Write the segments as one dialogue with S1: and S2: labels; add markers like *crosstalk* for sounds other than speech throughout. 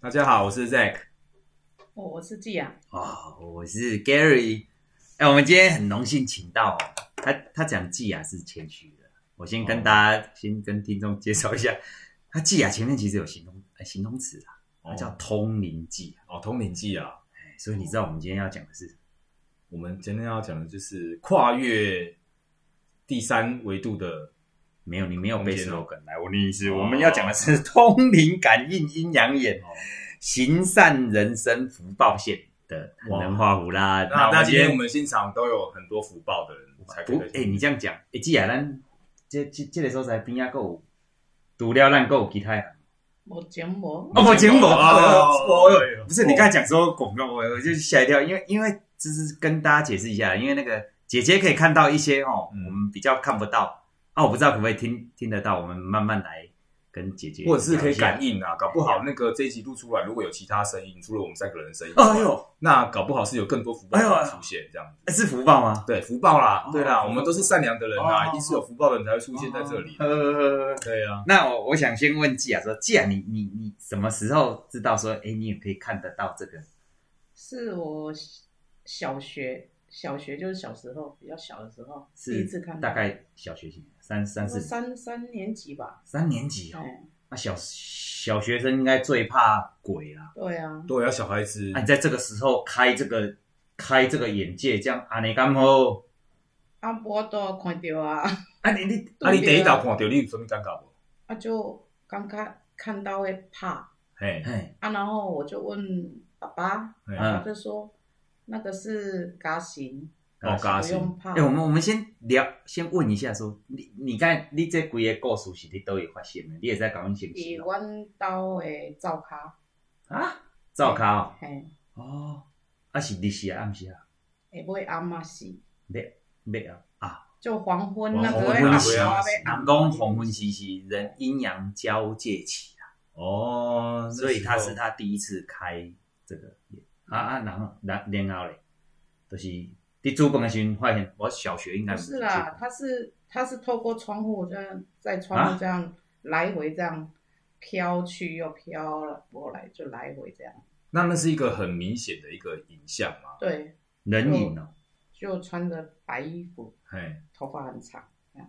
S1: 大家好，我是 Zack
S2: 我哦我是季雅，
S3: 啊、我是 Gary。哎、我们今天很荣幸请到、哦、他，他讲季雅是谦虚的。我先跟大
S1: 哦
S3: 家、先跟听众介绍一下，他季雅前面其实有形容呃形容词啊，它叫通灵季
S1: 哦
S3: 啊、
S1: 《通灵记》啊。
S3: 哎所以你知道我们今天要讲的是什么？
S1: 我们今天要讲的就是跨越第三维度的
S3: 没有，你没有背
S1: 空间哦
S3: slogan 来，我念一次。
S1: 哦
S3: 我们要讲的是通灵感应阴阳眼，
S1: 哦。
S3: 行善人生福报线的能化胡啦。
S1: 那那
S3: 们
S1: 今天我们现场都有很多福报的人才可以
S3: 不
S1: 在，
S3: 哎、你这样讲，哎、既然咱这这这个所在边啊，够除了咱够有其他的，
S2: 我节目
S3: 哦，我节目，哦，
S1: 哦
S3: 不是你刚才讲说广告，我我就吓一跳，因为因为就是跟大家解释一下，因为那个姐姐可以看到一些哦，
S1: 嗯
S3: 我们比较看不到啊，我不知道可不可以听听得到，我们慢慢来跟姐姐，
S1: 或者是可以感。应啊，搞不好那个这一集录出来，如果有其他声音，除了我们三个人的声音，
S3: 哎，呦，
S1: 那搞不好是有更多福报
S3: 哎呦哎呦
S1: 出现这样子。
S3: 是福报吗？
S1: 对，福报啦，
S3: 哦
S1: 对啦，我们都是善良的人啊，
S3: 哦
S1: 一定是有福报的人才会出现在这里。
S3: 呃，
S1: 对啊，
S3: 那我我想先问季雅说，季雅你你你什么时候知道说，哎、你也可以看得到这个？
S2: 是我小学，小学就是小时候比较小的时候
S3: 是
S2: 第一次看到，
S3: 大概小学几年三三四年
S2: 三三年级吧。
S3: 三年级哦。
S2: 哎，
S3: 那小小学生应该最怕鬼啦。
S2: 对啊，
S1: 对啊，小孩子
S3: 那、你在这个时候开这个开这个眼界，这样啊，你干好
S2: 啊，我都看到啊，
S3: 啊，你你
S1: 啊，你第一道看到你有什么尴尬不？
S2: 啊就刚刚看到会怕
S1: 嘿，
S3: 哎
S2: 啊，然后我就问爸爸，
S1: 嘿
S3: 嗯
S2: 他就说那个是嘎行，
S1: 哦，嘎
S2: 不
S1: 西，
S2: 用怕
S3: 哎、。我们我们先聊，先问一下说，你你看你这几个故事是你都有发现的，你也在搞阮先
S2: 以
S3: 息
S2: 阮兜的灶卡，
S3: 啊？照卡哦，
S2: 嘿，
S3: 哦，啊是日时啊，暗时啊，
S2: 会尾暗嘛是，
S3: 没没啊啊，
S2: 就黄昏那个
S1: 黄
S2: 会
S1: 昏
S2: 暗
S1: 时
S2: 时啊，要
S3: 南宫黄昏时是人阴阳交界期啊，
S1: 哦，那时候
S3: 所以他是他第一次开这个啊啊，然后然然后嘞，就是你煮饭的时候发现，我小学应该
S2: 不是啦，它是它是透过窗户这样，在
S3: 啊
S2: 窗户这样、来回这样飘去又飘了过来，就来回这样。
S1: 那那是一个很明显的一个影像嘛，
S2: 对，
S3: 人影哦，
S2: 就穿着白衣服，
S1: 嘿，
S2: 头发很长。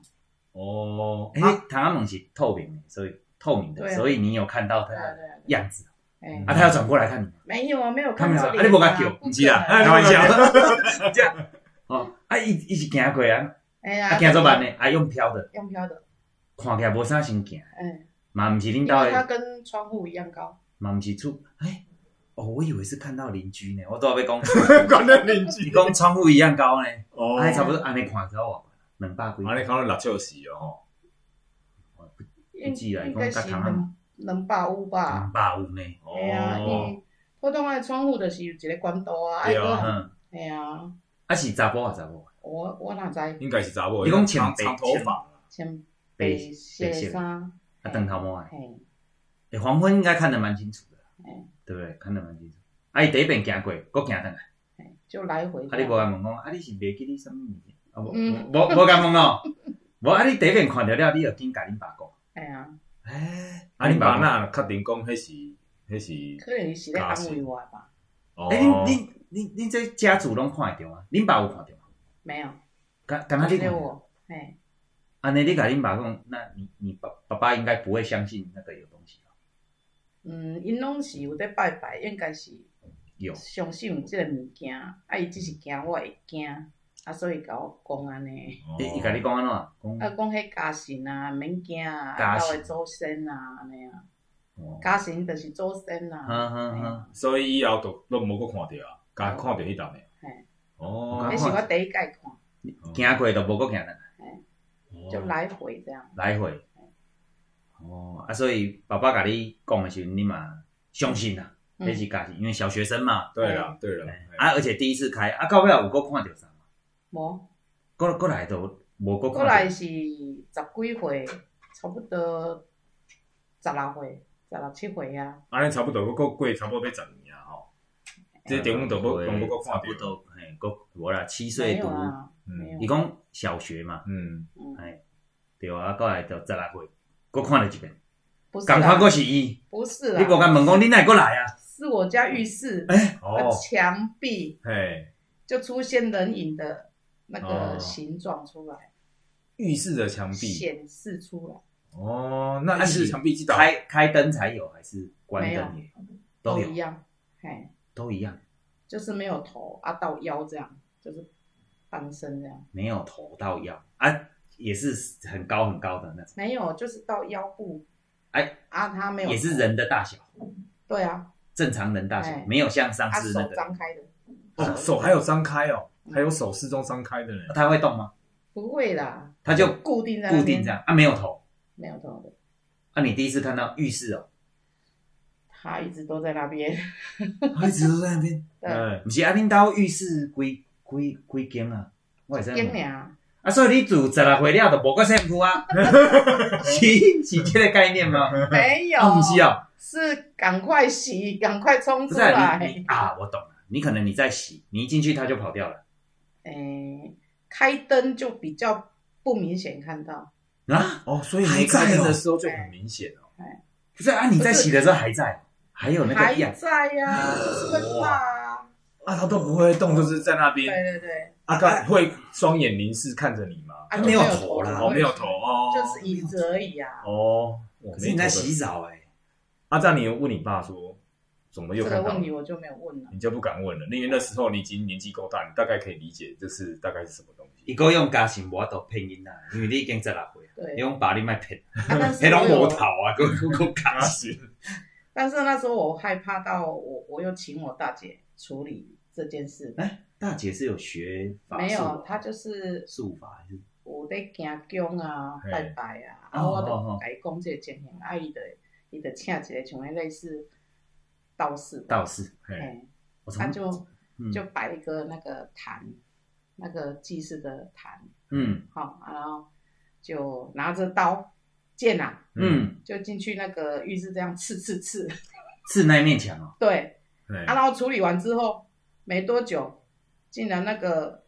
S3: *laughs*
S1: 哦，
S3: 因为唐阿猛是透明的，所以透明的，
S2: 啊对啊
S3: 所以你有看到他
S2: 对啊
S3: 的
S2: 对啊对啊，
S3: 样子
S2: 哎、
S3: 啊，他要转过来看你，
S2: 没有啊，没有
S3: 看
S2: 看
S3: 没有？
S2: 到
S3: 啊，
S2: 脸、
S3: 你不敢叫，
S2: 不啊
S3: 不是
S2: *laughs*
S3: 啦，
S2: 可
S3: *laughs*
S2: 能
S3: 开玩笑，
S2: *laughs*
S3: 这样哦，啊，一一直行过啊，
S2: 哎呀，
S3: 啊，行做慢呢，啊，用飘的，
S2: 用飘的，
S3: 看起来无啥先行，
S2: 哎，
S3: 嘛，毋是恁
S2: 因
S3: 兜
S2: 为它
S3: 的，
S2: 跟窗户一样高。
S3: 嘛，毋是厝，哎，哦，我以为是看到邻居呢，我都要被讲，
S1: 管那邻
S3: 你
S1: 居
S3: 讲窗户一样高呢，
S1: *laughs* 哦，
S3: 啊，差不多安尼看着我，两百几，
S1: 啊，你看到六小时哦，
S2: 应
S3: 记得
S2: 应该是
S3: 讲较长
S2: 能能把屋吧
S3: 两，百五呢，
S1: 哦，
S2: 哎呀、伊普通的窗户就是有一个管道啊，
S1: 对啊
S2: 哎
S3: 嗯，
S2: 哎呀，
S3: 啊是查甫啊查某，
S2: 我我哪知？
S1: 应该是查某，
S3: 你讲浅
S1: 长
S3: 白
S1: 长头发，
S2: 先
S3: 白
S2: 白
S3: 白
S2: 色
S3: 色
S2: 衫，
S3: 啊，长头毛的。
S2: 嘿，
S3: 欸，黄昏应该看得蛮清楚的啦，
S2: 嗯
S3: 对不对？看得蛮清楚。啊，伊第一遍行过，搁行转来。
S2: 嘿，就来回
S3: 啊，
S2: 这
S3: 你
S2: 样。
S3: 无甲问讲，啊，你是袂记你什么物件？啊，无
S2: 嗯
S3: 无无甲问哦。无啊，你第一遍看着了，你就紧甲恁爸讲。
S2: 哎呀，
S3: 哎，
S1: 啊，你爸那确定讲迄是迄是，
S2: 可能是在安慰我吧？
S1: 哦
S3: 哎，恁恁恁恁这家族拢看会着吗？恁爸有看着吗？
S2: 没有，
S3: 敢敢若你
S2: 只
S3: 看
S2: 有
S3: 到？
S2: 我，嘿，
S3: 安尼你甲恁爸讲，那你你爸爸爸应该不会相信那个有东西吧
S2: 嗯，因拢是有在拜拜，应该是
S3: 有
S2: 相信有这个物件，啊，伊只是惊我会惊，啊，所以甲我讲安尼，
S1: 哦
S3: 伊伊甲你讲安怎？
S2: 啊，
S3: 讲
S2: 讲迄家神啊，免惊啊，
S3: 嗯家
S2: 到
S3: 神
S2: 的祖先啊，安尼啊，
S3: 哦，
S2: 家神就是祖先啊，
S3: 嗯嗯嗯，
S1: 所以以后都都无搁看到啊，刚
S3: 哦
S1: 看到迄搭尔
S2: 嘿，
S1: 哦
S3: 哎
S2: 迄，是我第一届看，
S3: 行过就无搁行转来。
S1: 哦
S2: 就来回这样，
S3: 来回。哦，啊，所以爸爸甲你讲的时候，你嘛相信啦，
S2: 嗯
S3: 那是家己，因为小学生嘛，
S1: 对啦对啦，
S3: 啊，而且第一次开，啊，到尾也有搁看到啥嘛，
S2: 无。
S3: 过过来都无搁
S2: 过来
S3: 看到，
S2: 是十几岁，差不多十六岁、十六七岁啊。
S1: 安尼差不多搁过差不多要十年啊吼，这中文都不
S3: 对
S1: 拢不够看
S3: 差
S1: 到
S3: 不。多，嘿，够无啦，七岁
S2: 没
S3: 读
S2: 有，啊啦，没有
S3: 伊讲小学嘛，
S1: 嗯，
S2: 嗯，
S3: 哎，对啊，到来就十六岁，搁看了一遍，
S2: 不是啦，
S3: 赶快搁是伊，
S2: 不是啦，
S3: 你无甲问讲你哪过来啊？
S2: 是我家浴室
S3: 哎，
S1: 哦
S2: 的，墙壁
S1: 嘿，
S2: 就出现人影的那
S1: 哦
S2: 个形状出来，
S1: 浴室的墙壁，
S2: 显示出来，
S1: 哦，那浴室墙壁知道，
S3: 开开灯才有还是关灯
S2: 没
S3: 也都
S2: 都一
S3: 有，
S2: 样，嘿，
S3: 都一样，
S2: 就是没有头啊到腰这样，就是半身这样，
S3: 没有头到腰啊，也是很高很高的那种，
S2: 没有就是到腰部，
S3: 哎，
S2: 啊他没有，
S3: 也是，人的大小，
S2: 对啊，
S3: 正常人大小
S2: 哎，
S3: 没有像上
S2: 他
S3: 次那
S2: 手
S3: 个，
S2: 张开的，
S1: 哦，手还有张开哦，还有手是中张开的呢。
S3: 他会动吗？
S2: 不会啦，
S3: 他就
S2: 固定在那
S3: 固
S2: 边
S3: 定这，样啊，没有头
S2: 没有头的，
S3: 啊，你第一次看到浴室哦，
S2: 他一直都在
S3: *laughs*
S2: 那边，
S3: *laughs*
S2: 呃
S3: 他一直都在那边。
S2: 对，
S1: 嗯，
S3: 不是啊，恁兜浴室几几几间啊？我会知
S2: 今
S3: 问。
S2: 年
S3: 啊，所以你住十六岁了就无个身躯
S2: *laughs*
S3: 啊？ *laughs* 是是这个概念吗？
S2: 没
S3: *laughs*
S2: 有，
S3: 啊，不是哦，
S2: 是赶快洗，赶快冲
S3: 不
S2: 出
S3: 是啊你
S2: 来
S3: 你。
S2: *laughs*
S3: 啊，我懂了，你可能你在洗，你一进去它就跑掉了
S2: 诶、哎开灯就比较不明显看到，
S3: 啊？
S1: 哦，所以
S3: 还
S1: 没
S3: 在哦
S1: 开灯的时候就很明显哦。
S3: 不是啊，你在洗的时候还在，还有那
S2: 还
S3: 个样，
S2: 在呀、就是会怕啊。
S1: 啊，他都不会动，就是在那
S2: 对
S1: 边。
S2: 对对，
S1: 啊，干会双眼凝视看着你吗？
S2: 啊
S3: 没有
S2: 有
S3: 头啦
S1: 哦，没有头，哦，
S2: 就是椅子而已啊。
S1: 哦，我
S3: 可是你在洗澡哎、
S1: 啊，这样你有问你爸说怎么又
S2: 这
S1: 看
S2: 个
S1: 到
S2: 问
S1: 你
S2: 题？我就没有问
S3: *laughs*
S2: 了。啊
S1: 你就不敢问了，因为那时候你已经年纪够大，你大概可以理解这是大概是什么东
S3: 伊
S1: 西。
S3: 个用家庭无度骗囡仔，啊因为你已经十六岁了，
S2: 对
S3: 你，用把你卖骗，
S2: 啊但是
S3: 迄拢
S2: 我
S3: 无
S2: 有
S3: 头啊，个 *laughs* 个家
S1: 啊，
S3: 庭。
S1: 是
S2: 但是那时候我害怕到我，我又请我大姐处理这件事。
S3: 哎，大姐是有学法术的，啊
S2: 没有，她就是
S3: 术法还是
S2: 有咧行宫啊、
S1: 嘿
S2: 拜拜
S3: 哦
S2: 啊，啊，我
S3: 哦哦
S2: 就甲伊讲这个情形，啊，伊就伊就请一个像迄类似道士，
S3: 道士？
S1: 嘿
S2: 嘿，
S3: 我从
S2: 他就
S3: 嗯
S2: 就摆一个那个坛，那个祭祀的坛，
S3: 嗯
S2: 好，啊然后就拿着刀剑啊，
S3: 嗯
S2: 就进去那个浴室这样刺刺刺，
S3: 是那一面墙哦，
S2: 对，
S1: 嘿
S2: 啊，然后处理完之后没多久，竟然那个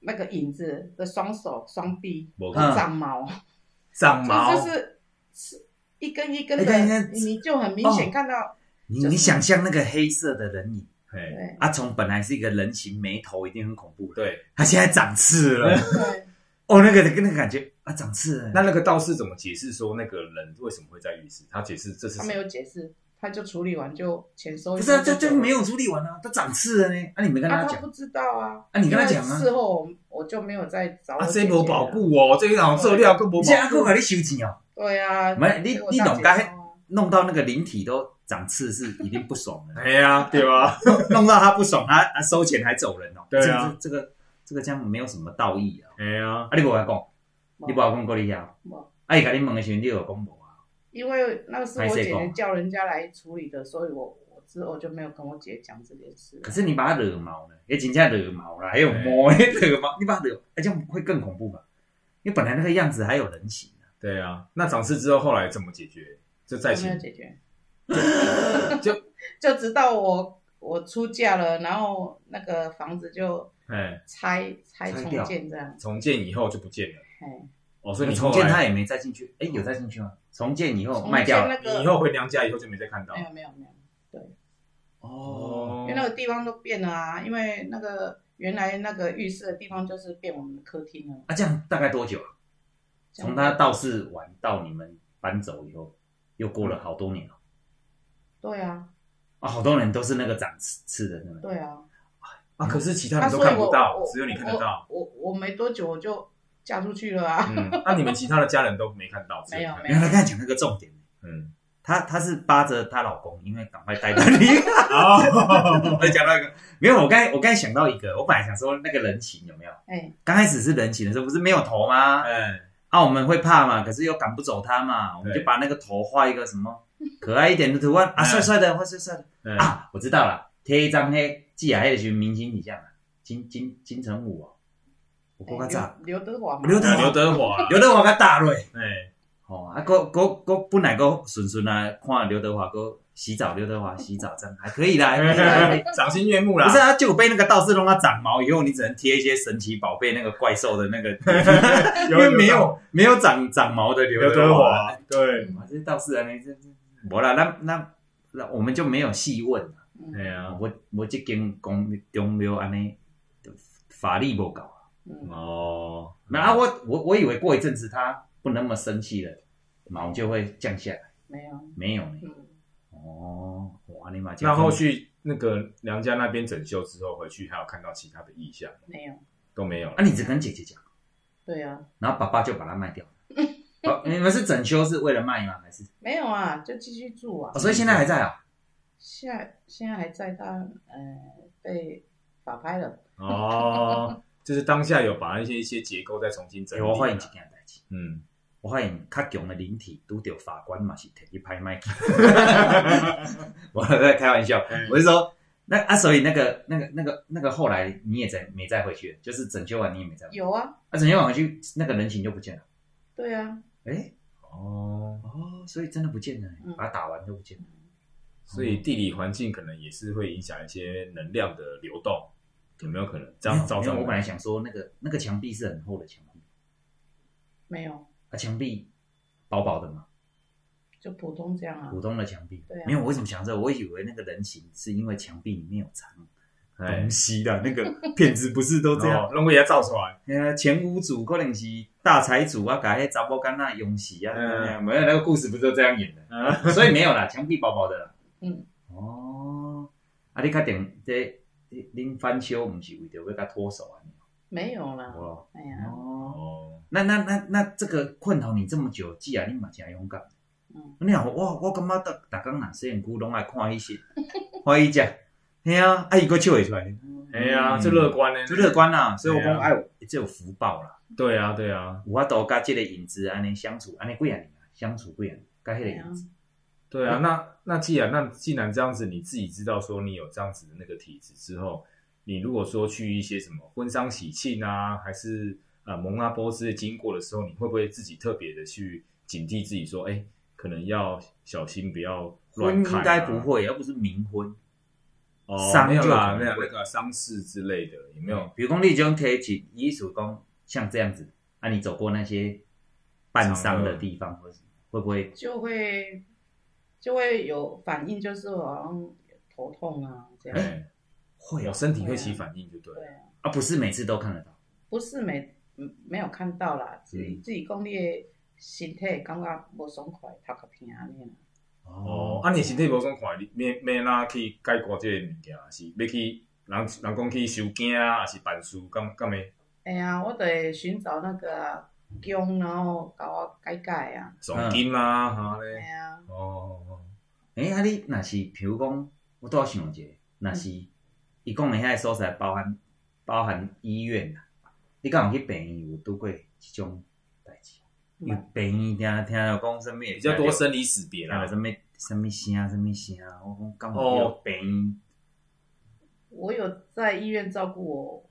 S2: 那个影子的双手双臂
S3: 嗯
S1: 没
S2: 都
S1: 去
S2: 长毛。
S1: 长毛
S2: 这就是是一根一根
S3: 一根一
S2: 的，
S3: 根
S2: 你你就很明
S3: 哦
S2: 显看到，
S3: 你
S2: 就是
S3: 你想象那个黑色的人影
S1: 嘿
S2: 对
S3: 啊，从本来是一个人形眉头，一定很恐怖的，
S1: 对，
S3: 他现在长刺了，
S2: 对，
S3: 哦，那个那个感觉啊，长刺了，
S1: 那那个道士怎么解释说那个人为什么会在浴室？他解释这是
S2: 他没有解释，他就处理完就钱收一
S3: 不
S2: 收
S3: 是啊，这
S2: 就
S3: 这没有处理完啊，他长刺了呢，啊，你没跟他
S2: 啊，他
S3: 讲
S2: 不知道啊，
S3: 啊，你跟他讲
S2: 因为
S3: 啊，
S2: 事后我就没有再找我
S1: 啊，
S2: 姐
S1: 这
S2: 姐
S1: 没
S2: 了
S1: 保，固哦，这一种色料更不
S3: 你现在
S1: 保
S3: 哥
S1: 固。
S3: 给你收钱哦，
S2: 对啊，
S3: 没你
S2: 所以我
S3: 你
S2: 大
S3: 懂
S2: 姐
S3: 该
S2: 说啊
S3: 弄到那个灵体都长刺是一定不爽
S1: *laughs*
S3: 的，
S1: 哎呀，对吧？
S3: 弄弄到他不爽，他他收钱还走人哦，
S1: 对啊
S3: 这这这个这个这样没有什么道义啊，
S1: 哎呀，
S3: 啊，你无甲讲，
S2: 没
S3: 你无讲过你遐，
S2: 没
S3: 啊，伊甲你问的时候，你有讲无啊？
S2: 因为那个是我
S3: 还
S2: 姐
S3: 是会
S2: 姐
S3: 讲
S2: 叫人家来处理的，所以我我之后就没有跟我姐讲这件事。
S3: 可是你把它惹毛了，也真正惹毛了，还有
S1: 哎
S3: 摸也惹毛，你把它惹，哎，这样会更恐怖吧？因为本来那个样子还有人形啊，
S1: 对啊，那长刺之后后来怎么解决？就再
S2: 我没
S1: 请
S2: 有解决，
S3: *laughs*
S1: 就
S2: 就直到我我出嫁了，然后那个房子就
S1: 哎
S2: 拆拆
S3: 拆
S2: 重
S3: 掉
S2: 建这样，
S1: 重建以后就不见了。
S2: 哎，
S1: 哦，所以你后
S3: 重
S1: 来
S3: 建他也没再进去，哎，有再进去吗？重建
S1: 哦
S3: 以后
S2: 重
S3: 卖
S2: 建
S3: 掉
S2: 那
S3: 了，
S1: 你
S2: 个
S1: 以后回娘家以后就没再看到
S2: 没。有没有没有，
S3: 哦，
S2: 因为那个地方都变了啊，因为那个原来那个浴室的地方就是变我们的客厅了。
S3: 啊，这样大概多久啊？从他道士玩到你们搬走以后，又过了好多年了
S2: 对啊
S3: 啊，好多人都是那个长刺刺的那个，
S2: 对啊，
S1: 啊，可是其他
S2: 啊
S1: 人都
S2: 所以
S1: 看
S2: 我
S1: 不到
S2: 我，
S1: 只有你看得到。
S2: 我我我没多久我就嫁出去了啊，
S1: 嗯，那你们其他的家人都没看到？只你看到
S2: 没有
S3: 然后他刚才讲那个重点，
S1: 嗯，
S3: 她她是扒着她老公，因为赶快带到你。
S1: 哦，
S3: *laughs* 我讲到一个，没有，我刚才我刚才想到一个，我本来想说那个人形有没有？
S1: 嗯
S2: 哎
S3: 刚开始是人形的时候，不是没有头吗？
S1: 哎，
S3: 啊，我们会怕嘛，可是又赶不走他嘛，我们
S1: 对
S3: 就把那个头画一个什么可爱一点的图案啊，
S1: 嗯
S3: 帅帅的，画帅帅的
S1: 嗯
S3: 啊，我知道了，贴一张黑记雅黑的群明星影像啊，金金金城武哦，我过个
S2: 哎
S3: 炸，
S2: 刘刘德华嘛，
S3: 刘德
S1: 啊
S3: 华
S1: 刘德华啦，
S3: 刘德华个大瑞哦
S1: 哎，
S3: 哦，啊，个个个本来个顺顺啊，看刘德华个洗澡，刘德华洗澡这样还可以啦，还可以啦 *laughs* 还可以
S1: 赏心悦目啦。
S3: 不是啊，结果被那个道士弄到长毛以后，你只能贴一些神奇宝贝那个怪兽的 *laughs* 那个，因为没有没有长长毛的刘
S1: 刘德
S3: 华
S1: 华，，对，
S2: 嗯
S3: 哇这道士啊，你这这，我啦，那那那我们就没有细问了。
S2: 嗯
S1: 哎呀，
S3: 我我这间公中庙安尼法力不搞，
S2: 嗯，
S1: 哦，
S3: 然后啊我我我以为过一阵子他不那么生气了，毛就会降下来，
S2: 没有，
S3: 没有呢。
S2: 嗯，
S3: 哦，哇，你妈！
S1: 那后续那个娘家那边整修之后回去，还有看到其他的意象
S2: 没有，
S1: 都没有了
S3: 啊，。你只跟姐姐讲，
S2: 对啊，
S3: 然后爸爸就把它卖 *laughs* 掉了。哦，你们是整修是为了卖吗？还是？
S2: 没有啊，就继续住啊
S3: 哦，。所以现在还在啊？
S2: 现在现在还在他呃被法拍了，
S1: 哦，就是当下有把那些一些结构再重新整
S3: 欸
S1: 理。
S3: 我发现一件代志，
S1: 嗯，
S3: 我发现较强的灵体拄着法官嘛是摕去
S1: *laughs*
S3: 拍卖去。我在开玩笑，
S1: 嗯
S3: 我是说，那啊，所以那个那个那个那个后来你也再没再回去了，就是整修完你也没再回去，
S2: 有啊，
S3: 啊，整修完回去那个人形就不见了，
S2: 对啊，
S3: 哎、
S1: 哦，
S3: 哦，所以真的不见了、
S2: 嗯
S3: 把它打完就不见了。
S1: 所
S3: 哦
S1: 以地理环境可能也是会影响一些能量的流动，有没有可能？这
S3: 因
S1: 样
S3: 为
S1: 照
S3: 因
S1: 上
S3: 为我本来想说那个那个墙壁是很厚的墙壁，
S2: 没有，
S3: 啊，墙壁薄薄的嘛，
S2: 就普通这样啊
S3: 普，通的墙壁。
S2: 对啊
S3: 没有，我为什么想这个？我以为那个人形是因为墙壁里面有藏
S1: 哎
S3: 东，西的，那个 *laughs* 骗子不是都这样？
S1: 哦，弄个也照出来。
S3: 呃，前屋主可能是大财主啊，把那查某囡仔用死啊，
S1: 嗯
S3: 哎没有那个故事不是都这样演的？
S1: *laughs* 啊，
S3: 所以没有啦，墙壁薄薄的啦。
S2: 嗯，
S3: 哦，啊，你确定这这恁翻修不是为着要甲脱手啊？
S2: 没有啦，
S3: 哦，
S2: 哎呀，
S3: 哦。
S1: 哦，
S3: 那那那那这个困扰你这么久，既然你嘛真勇敢，
S2: 嗯，
S3: 你讲我我感觉逐逐工若摄影师拢爱看迄些， *laughs* 看伊只，嘿啊，啊伊个笑会出来，
S2: 嗯
S1: 哎呀，这乐，观呢？
S3: 这乐，观啦，所以我
S1: 对
S3: 讲
S1: 啊
S3: 哎，这有福报啦，
S1: 对啊，对啊，
S3: 有法度甲即个影子安尼相处，安尼几啊年啊，相处几啊年，甲迄个
S2: 对啊
S3: 影子，
S1: 对
S3: 嗯
S1: 啊。那那既然那既然这样子，你自己知道说你有这样子的那个体质之后，你如果说去一些什么婚丧喜庆啊，还是啊蒙阿波之类经过的时候，你会不会自己特别的去警惕自己说，哎，可能要小心，不要乱
S3: 婚
S1: 看啊？
S3: 应该不会，要不是冥婚，
S1: 哦，
S3: 丧
S1: 没有啦，
S3: 就可能
S1: 没有
S3: 会
S1: 那个丧事之类的，有没有？
S3: 比如讲你种提起艺术讲像这样子，啊，你走过那些半伤的地方，或是会不会？
S2: 就会就会有反应，就是我好像头痛啊这样，
S1: 哎，
S3: 嗯会
S1: 我
S3: 哦，
S1: 身体会起反应就对了
S2: 对。啊，
S3: 啊，不是每次都看得到。
S2: 不是没嗯没有看到啦，自己
S1: 嗯
S2: 自己讲你的身体感觉无爽快，头壳啊痛安尼啦，
S1: 哦，啊，你身体无爽快，你免免哪去解决这个物件，是要去人人讲去收惊啊，还是办事干干咩？
S2: 哎呀，我得寻找那个啊姜，然后搞我改改啊，
S3: 嗯
S1: 赏金啊，哈
S2: 哎
S1: 咧？
S2: 呀。
S1: 哦，
S3: 诶、啊你若是，比如讲，我都要想一下，若是伊讲的遐个所在包含包含医院啦，你敢有去病院有拄过即种代志？
S1: 嗯
S3: 有病院听听着讲什物
S1: 比较多，生离死别
S3: 听着
S1: 啦。
S3: 什物什物声啊什物声，我讲敢有
S1: 啊哦
S3: 去病院？
S2: 我有在医院照顾我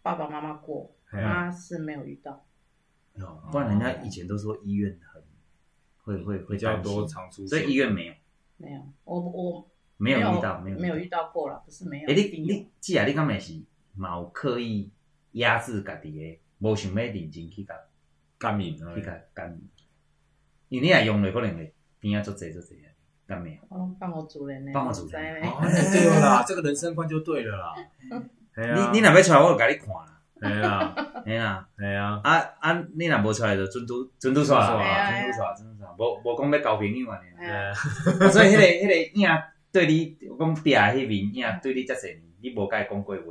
S2: 爸爸妈妈过，
S1: 嘿啊
S2: 妈是没有遇到。
S3: 哦不然人家以前都说医院很会会会
S1: 比较
S3: 担心
S1: 多常出现
S3: 所以医院没有
S2: 没有，我我
S3: 没有遇到
S2: 没
S3: 没有
S2: 有遇到过了，不是没有。
S3: 诶、
S2: 一
S3: 你
S2: 定有
S3: 你既然你敢咪是嘛有刻意压制家己诶，无想要认真去甲
S1: 干敏啊
S3: 去，甲干，因为你若用咧可能会边啊足侪足侪啊，干咩？
S2: 我拢哦放我主人呢，
S3: 放我主人
S2: 人
S1: 哦，哎对啦，这个人生观就对了啦。 *laughs* 哎呀，
S3: 嗯你你若要出来，我就甲你看啦，
S1: 哎呀，
S3: 嘿啦，
S1: 哎
S3: *laughs*
S1: 呀，
S3: 啊啊，你若无出来就准拄准拄出来
S1: 嘿
S3: 啦，
S2: 啊
S3: 准拄出来，准拄出来，无无讲要交朋友安尼
S2: *laughs* 哎
S3: 啊。
S1: 哎
S2: 呀，
S3: *laughs* 啊所以迄个迄个影对你，我讲壁迄面影对你遮侪年，你无甲伊讲过话嘛？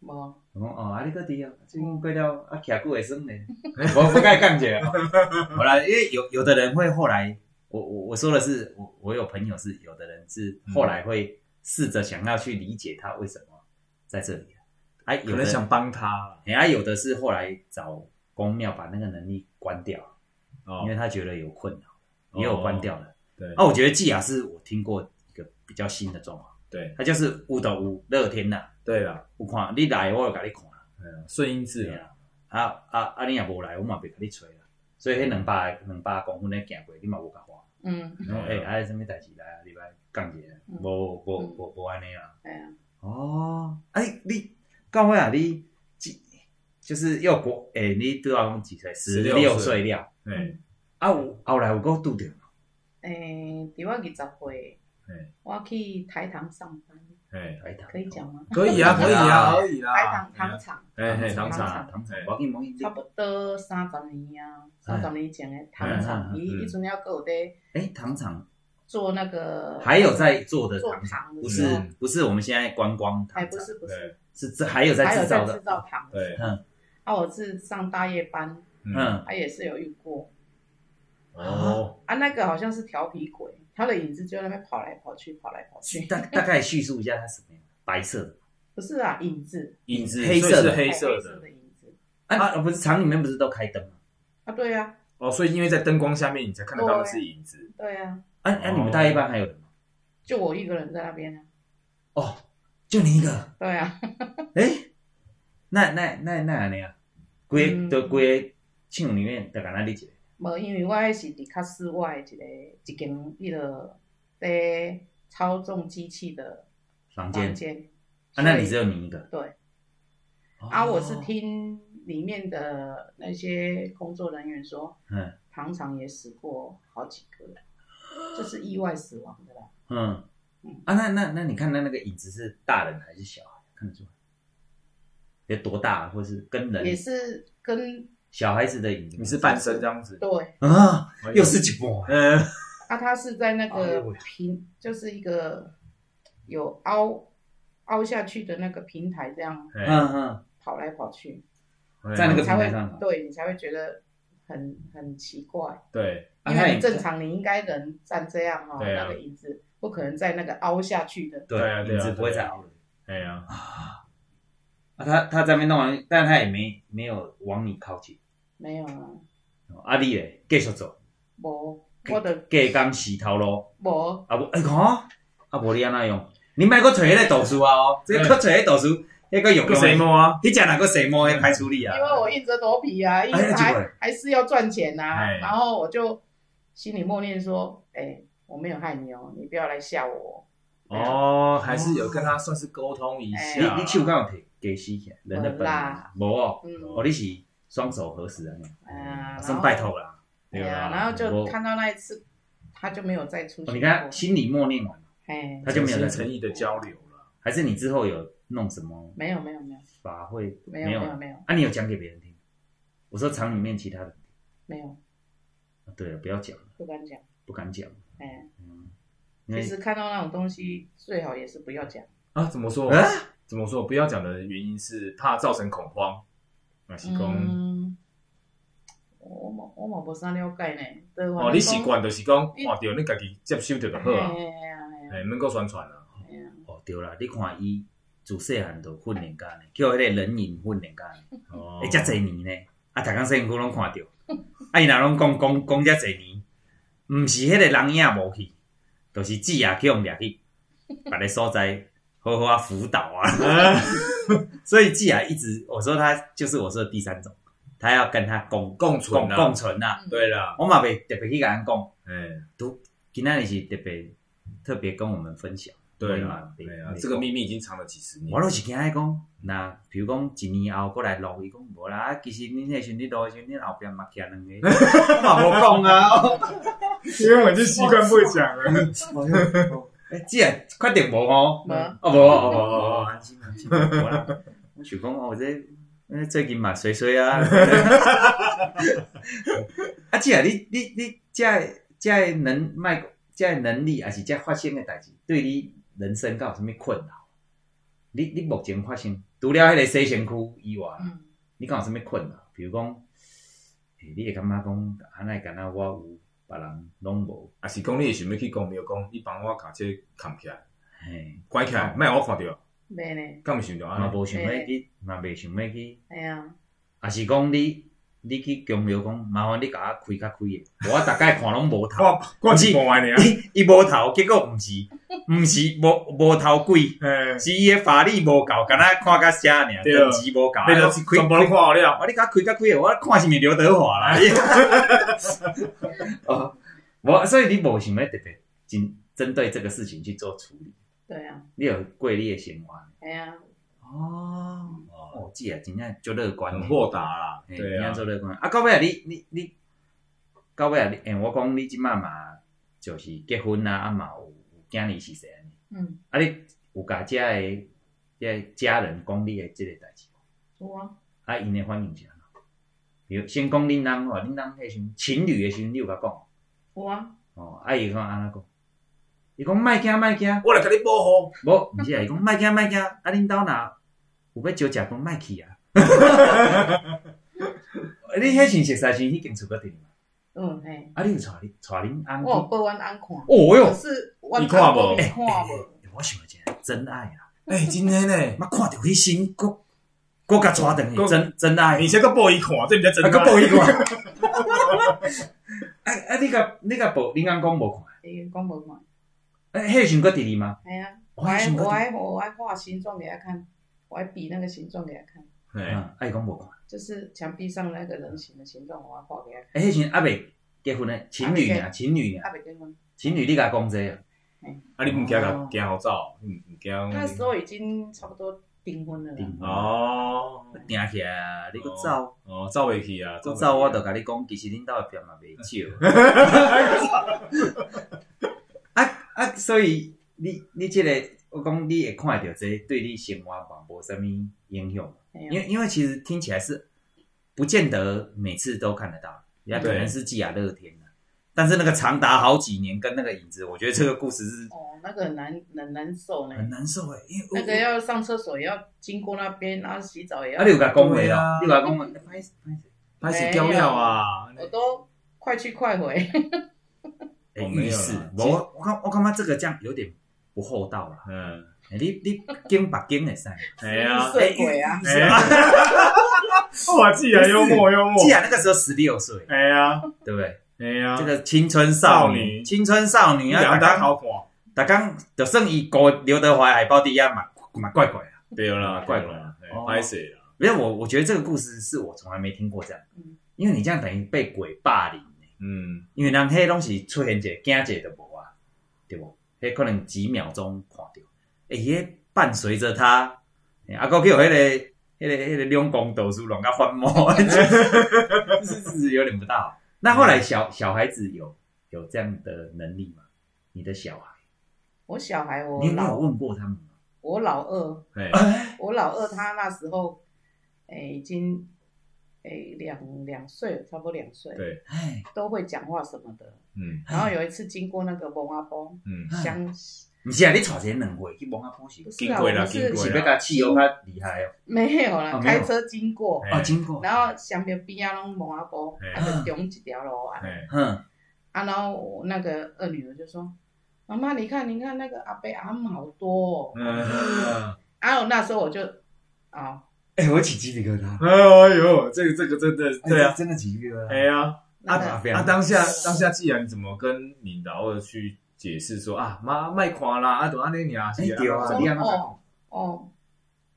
S2: 无
S3: 我讲哦，啊你搁伫啊，最近过了啊，徛久会酸咧， *laughs* 我不该讲者。哦 *laughs* 好啦，因为有有的人会后来，我我我说的是，我我有朋友是有的人是后来会试着想要去理解他为什么在这里啊，啊
S1: 可
S3: 有的
S1: 能想，帮他啦。
S3: 哎啊有的是后来找公庙把那个能力关掉，
S1: 哦
S3: 因为，他觉得有困扰，也有关掉的。
S1: 对
S3: 啊，我觉得季雅是我听过一个比较新的状况，
S1: 对
S3: 他就是有到有乐天呐、
S1: 对啦，
S3: 有看你来我就甲你看啦，
S1: 哎呀顺应自然。
S3: 啊啊啊啊你若无来，我嘛袂甲你吹啦。所以迄两百两百公分咧行过，你嘛无甲花。
S2: 嗯， *laughs*
S3: 然后哎，还有什么代志来啊？礼拜讲一下，
S2: 嗯
S3: 无无无无安尼啦。
S2: 哎呀，
S3: 哦，哎，你到尾啊，你几就是又国哎，你对我讲几岁？十
S1: 16
S3: 六岁了。
S1: 哎
S3: 啊，有后来有搁拄着
S2: 哎，伫我二十岁，
S1: 哎
S2: 我去台糖上班，
S1: 哎，
S3: 台糖，
S2: 可以讲吗？
S1: *laughs* 可以啊，可以啊，可以啦。
S2: 台糖糖厂，
S1: 哎嘿，糖
S2: 厂
S1: 厂
S3: 糖厂
S1: 哎，
S3: 我紧我紧，
S2: 差不多三十年啊，三十年前的糖厂，
S3: 嗯
S2: 伊伊阵还搁有在
S3: 哎，糖厂
S2: 做那个，
S3: 还有在做的
S2: 做
S3: 糖厂，
S2: 糖的
S3: 不
S1: 时
S3: 是
S1: 候
S3: 不是我们现在观光糖
S2: 哎，
S3: 厂
S2: 不，是不是，
S3: 是这还有
S2: 还
S3: 在
S2: 有
S3: 制造
S2: 在制
S3: 的，
S2: 造糖，
S1: 对，
S2: 啊，我是上大夜班，啊
S1: 嗯，
S3: 嗯，
S2: 他也是有遇过
S1: 哦，
S2: 啊，那个好像是调皮鬼，他的影子就在那边跑来跑去，跑来跑去，
S3: 大大概叙述一下它什么样，白色的
S2: 不是啊，影子，哦
S1: 影子
S3: 黑色的
S1: 所以是黑
S2: 色
S1: 色
S2: 的
S1: 的
S2: 影子
S3: 啊，啊不是厂里面不是都开灯吗？
S2: 啊，对呀、啊，
S1: 哦，所以因为在灯光下面，你才看得到那是影子。
S2: 对呀、
S3: 啊
S2: 啊，
S3: 啊，你们大夜班还有人吗？
S2: 就我一个人在那边啊，
S3: 哦，就你一个，
S2: 对呀、啊，
S3: 哎，那那那那安尼啊，规
S2: 嗯
S3: 都规厂里面就敢那你一个，
S2: 无因为我迄是伫较室外的一个一间迄落在操纵机器的
S3: 房间
S2: 房间，
S3: 啊，那你只有你一个
S2: 对啊，我是
S3: 哦
S2: 听里面的那些工作人员说，
S3: 嗯
S2: 糖厂也死过好几个人，就是意外死亡的啦。
S3: 嗯
S2: 嗯
S3: 啊，那那那你看那那个影子是大人还是小孩？看得出来有多大，或是跟人
S2: 也是跟
S3: 小孩子的影子吗，
S1: 你是半身这样 *laughs* 子，
S2: 对
S3: 啊，又是一半，
S1: 嗯，
S2: 啊，他是在那
S3: 哎
S2: 个
S3: 呦喂
S2: 平，就是一个有凹凹下去的那个平台，这样
S1: 嗯，
S3: 嗯
S2: 跑来跑去，
S3: 在那个
S2: 你才
S3: 平台上吗
S2: 会对你才会觉得很很奇怪，
S1: 对
S3: 啊
S2: 因
S3: 那
S2: 为
S3: 你
S2: 你正常你应该人站这样哦，
S1: 对啊
S2: 那个椅子不可能在那个凹下去的，
S1: 对啊
S3: 对，
S1: 对啊
S3: 影子不会再凹了。
S1: 哎呀，
S3: 啊，他他在那边弄完，但他也没没有往你靠近。
S2: 没有啊，
S3: 哦啊，你嘞，继续做，
S2: 无我的
S3: 隔工洗头咯。
S2: 无
S3: 啊，无哎看，啊无你安那用？你莫搁找迄个导师啊哦，这搁找迄个导师，迄个用
S1: 个谁摸啊？
S3: 你讲哪个谁摸的排除你啊？
S2: 因为我硬着头皮啊，因为
S3: 哎结果
S2: 还还是要赚钱呐、啊
S1: 哎。
S2: 然后我就心里默念说：“哎、我没有害你哦，你不要来吓我。
S1: 哦，还是有跟他算是沟通一
S2: 哎
S1: 下。
S3: 你你手敢有摕给洗起来，人的本
S2: 无啦
S3: 能无哦，”
S2: 哦嗯，
S3: 哦你是双手合十啊？
S2: 啊
S3: 啊算拜托啦。
S2: 对
S1: 对啊
S2: 啊，然后就
S3: 我
S2: 看到那一次，他就没有再出现
S3: 哦
S2: 过。
S3: 你看心里默念完，
S2: 哎，
S3: 他就没有
S1: 诚
S3: 再
S1: 心诚意的交流了。
S3: 还是你之后有弄什么
S2: 没有没有没有
S3: 法会？
S2: 没有没有
S3: 啊
S2: 没有
S3: 啊，你有讲给别人听？我说厂里面其他的，
S2: 没有，
S3: 啊对了，不要讲，
S2: 不敢讲。
S3: 不敢讲，
S2: 哎，
S3: 嗯，因
S2: 其
S3: 为
S2: 实看到那种东西，最好也是不要讲。
S1: 啊，怎么说？
S3: 啊，
S1: 怎么说？不要讲的原因是怕造成恐慌。那是讲
S2: 嗯，我嘛我嘛无啥了解呢。对我
S1: 哦，
S2: 来
S1: 你
S2: 讲
S1: 习惯就是讲看到你家己接收着就好啊
S2: 哎，呀哎呀
S1: 哎，能够宣传啊。
S2: 哎呀，
S3: 哦对啦，你看伊自细汉就训练家呢，叫迄个人影训练家呢，
S1: 哦
S3: 哎，遮侪年呢，啊，逐工细汉我拢看着， *laughs* 啊，伊若拢讲讲讲遮侪年，毋是迄个人影无去，就是子也去互掠去，别个所在好好啊辅导啊。 *laughs* 所以既然一直我说他就是我说的第三种，他要跟他共
S1: 共存
S3: 共
S1: 啊
S3: 共存呐、啊。
S2: 嗯
S1: 对啦，
S3: 我嘛袂特别去甲人讲，
S1: 哎，
S3: 都今仔日是特别特别跟我们分享。
S1: 对
S3: 我嘛
S1: 啦，对
S3: 袂袂
S1: 啊，
S3: 讲
S1: 这个秘密已经藏了几十年
S3: 我。都是惊伊讲，那比如讲一年后过来录，伊讲无啦，啊其实恁迄时阵你录的时阵，恁后壁嘛徛两个，我嘛无讲啊。
S1: 因为我已经习惯不会讲了。
S3: 哎，姐，确定无哦？
S2: 无
S3: 哦无哦无哦，安心安心，无啦。我想讲哦，这呃最近嘛水水 *laughs* 啊。啊姐，你你你这这能卖这能力，还是这发生的代志，对你人生有什么困扰？你你目前发生除了迄个洗身躯以外，
S1: 啊
S2: 嗯。
S3: 你讲有啥物困难？比如讲，诶、你会感觉讲，安尼敢若我有，别人拢无，
S1: 啊，是讲你会想要去讲，没有讲，你帮我把这扛起来，
S3: 嘿，
S1: 关起来，卖我看到，
S2: 没呢，
S1: 敢毋想到安啊
S3: 嘛
S1: 尼？
S3: 无想要去，嘛袂想要去，
S2: 哎呀，
S3: 啊是讲你你去强调讲，麻烦你甲我开较开诶，我大概看拢无头，
S1: 我我是无安尼啊，
S3: 伊无头，结果毋是，毋是无无头鬼，
S1: 哎，
S3: 是伊诶法力无够，敢若看甲写尔，
S1: 对
S3: 等级无够，
S1: 你
S3: 啊
S1: 都
S3: 我是开
S1: 全部都看好了，
S3: 啊，你甲开甲开诶，我看是毋是刘德华啦？ *laughs* 哦，我所以你无想要特别针针对这个事情去做处理，
S2: 对啊，
S3: 你有过你诶生活。
S2: 哎呀，
S3: 哦，哦，姐啊，真正足乐观的
S1: 很，豁达啦，
S3: 嘿
S1: 对
S3: 真
S1: 啊
S3: 正，足乐观。啊，到尾啊，你你你，到尾啊，你，诶，我讲你即摆嘛，就是结婚啊，啊嘛有有囝儿是谁安尼？
S2: 嗯，
S3: 啊，你有甲遮诶遮家人讲你诶即个代志，
S2: 有啊，
S3: 啊，因诶反应是安怎？比如先讲恁翁吼，恁翁迄时阵情侣诶时阵，你有甲讲？
S2: 有啊，
S3: 哦，啊，伊讲安怎讲？伊讲莫惊莫惊，
S1: 我来给你保护，
S3: 无，毋是啊，伊讲莫惊莫惊，啊，恁兜若有要招食讲莫去啊。 *laughs* 你迄阵熟识时已经出过地嘛？
S2: 嗯嘿，
S3: 啊，你有带你带恁
S2: 我有
S3: 翁去？
S2: 报阮翁看，
S3: 哦
S2: 可
S3: 哟，
S2: 是我
S1: 你看无
S2: 翁看无，
S3: 欸我想到一个真爱啊！
S1: 哎，真的呢，
S3: 我看到迄新国国甲带转去，真真爱
S1: 你。先个报伊看，这比较真
S3: 啊，
S1: 爱，
S3: 个报伊看。啊啊，你甲你甲报，恁翁讲无看？
S2: 伊讲无看，
S3: 啊，迄阵搁伫你吗？
S2: 哎呀，我
S3: 我还
S2: 还
S3: 想
S2: 我
S3: 过
S2: 还我还画形状给他看，我还比那个形状给他看，
S1: 哎，
S3: 嗯，啊，伊讲无看。
S2: 就是墙壁上那个人形的形状，我还画给他看，
S3: 啊，迄阵阿未结婚诶，情侣
S2: 还
S3: 尔，情侣
S2: 他
S3: 尔，
S2: 没结婚，
S3: 情侣你甲讲这啊？
S1: 啊，你唔惊甲惊好走，你唔惊，
S2: 那时候已经差不多订婚了啦，
S3: 订
S1: 哦，
S3: 定起来啊，你搁走，
S1: 哦，走袂去啊，
S3: 搁
S1: 袂
S3: 走，我
S1: 去
S3: 就
S1: 啊
S3: 甲你讲，其实恁兜诶票嘛袂少。 *laughs* 啊啊，所以你你即、个，我讲你会看到这对你生活嘛无啥物影
S1: 嗯
S3: 响，
S2: 哎呀
S3: 因为因为其实听起来是不见得每次都看得到，也可
S1: 对
S3: 能是季亚乐天的，啊但是那个长达好几年跟那个影子，我觉得这个故事
S1: 嗯
S3: 是
S2: 哦，那个很难很难受呢，
S3: 很难受诶，因为我
S2: 那个要上厕所也要经过那边，然后洗澡也要
S3: 啊，你，有甲讲话
S1: 对啊
S3: 哦，你有甲讲话，哎不好意思不
S1: 拍
S3: 好意思
S1: 死掉了啊，
S2: 我都快去快回。
S3: 哎，
S1: 哦
S3: 浴室
S1: 没有啦，
S3: 我我看我感觉这个这样有点不厚道啦。
S1: 嗯，
S3: 哎，你你跟把跟的
S2: *laughs*
S3: 噻，
S1: 哎呀，
S2: 对鬼啊！
S1: 哎
S3: *laughs*
S1: 呀，哇，既然幽默幽默
S3: 既，啊然那个时候十六岁，
S1: 哎呀，
S3: 对不对？
S1: 哎呀，
S3: 这个青春少
S1: 少
S3: 女，
S1: 女
S3: 青春少女
S1: 你
S3: 啊，
S1: 要
S3: 大
S1: 当
S3: 刚
S1: 好看，
S3: 大刚，就算伊搞刘德华的海报底下嘛嘛怪怪啊。
S1: 对啦，怪怪啦，
S3: 哦
S1: 拍谁啦？
S3: 没有我，我觉得这个故事是我从来没听过这样
S2: 嗯，
S3: 因为你这样等于被鬼霸凌欸
S1: 嗯，
S3: 因为人迄拢是出现者惊者就无啊，对无？迄可能几秒钟看到，诶、伊迄伴随着他，欸啊，搁叫迄、个、迄、个、迄、个两公导师乱甲翻 *laughs* 毛，就是就是有点不大好。那后来小小孩子有有这样的能力吗？你的小孩，
S2: 我小孩，我
S3: 你有没有
S2: 老
S3: 问过他们吗？
S2: 我老二，
S1: 哎，
S2: 我老二他那时候，哎、已经哎两两岁了，差不多两岁，
S1: 对，
S3: 哎，
S2: 都会讲话什么的。
S1: 嗯
S2: 然后有一次经过那个蒙阿波
S1: 嗯，
S3: 哎
S2: 乡，
S3: 不是啊，你带一个两岁去摸下波是
S2: 不，是
S1: 经
S2: 啊，
S1: 过
S2: 我
S1: 啦
S2: 们
S1: 经
S2: 是
S1: 过
S3: 是要甲汽油较厉害哦。
S2: 没有啦，
S3: 哦没有
S2: 开车经过，
S1: 哎
S3: 哦，经过，
S2: 然后乡边边啊拢蒙阿波，
S1: 哎
S2: 啊就中一条路啊。
S1: 哎，
S3: 哼，
S2: 啊，然后我那个二女儿就说：“妈妈，你看，你看那个阿伯阿姆好多、哦。
S1: 嗯，”
S2: 然后那时候我就啊、
S3: 哎、我起鸡皮疙瘩，
S1: 哎呦，这个这个真的，对啊，
S3: 真的起鸡皮疙瘩。
S1: 哎呀，
S2: 那
S1: 啊
S2: 个、
S3: 啊
S1: 啊，当下当下，既然怎么跟你老二去解释说啊，妈卖看啦，啊，都安尼尔，
S3: 哎对啊
S2: 说
S3: 你安怎讲
S2: 哦哦，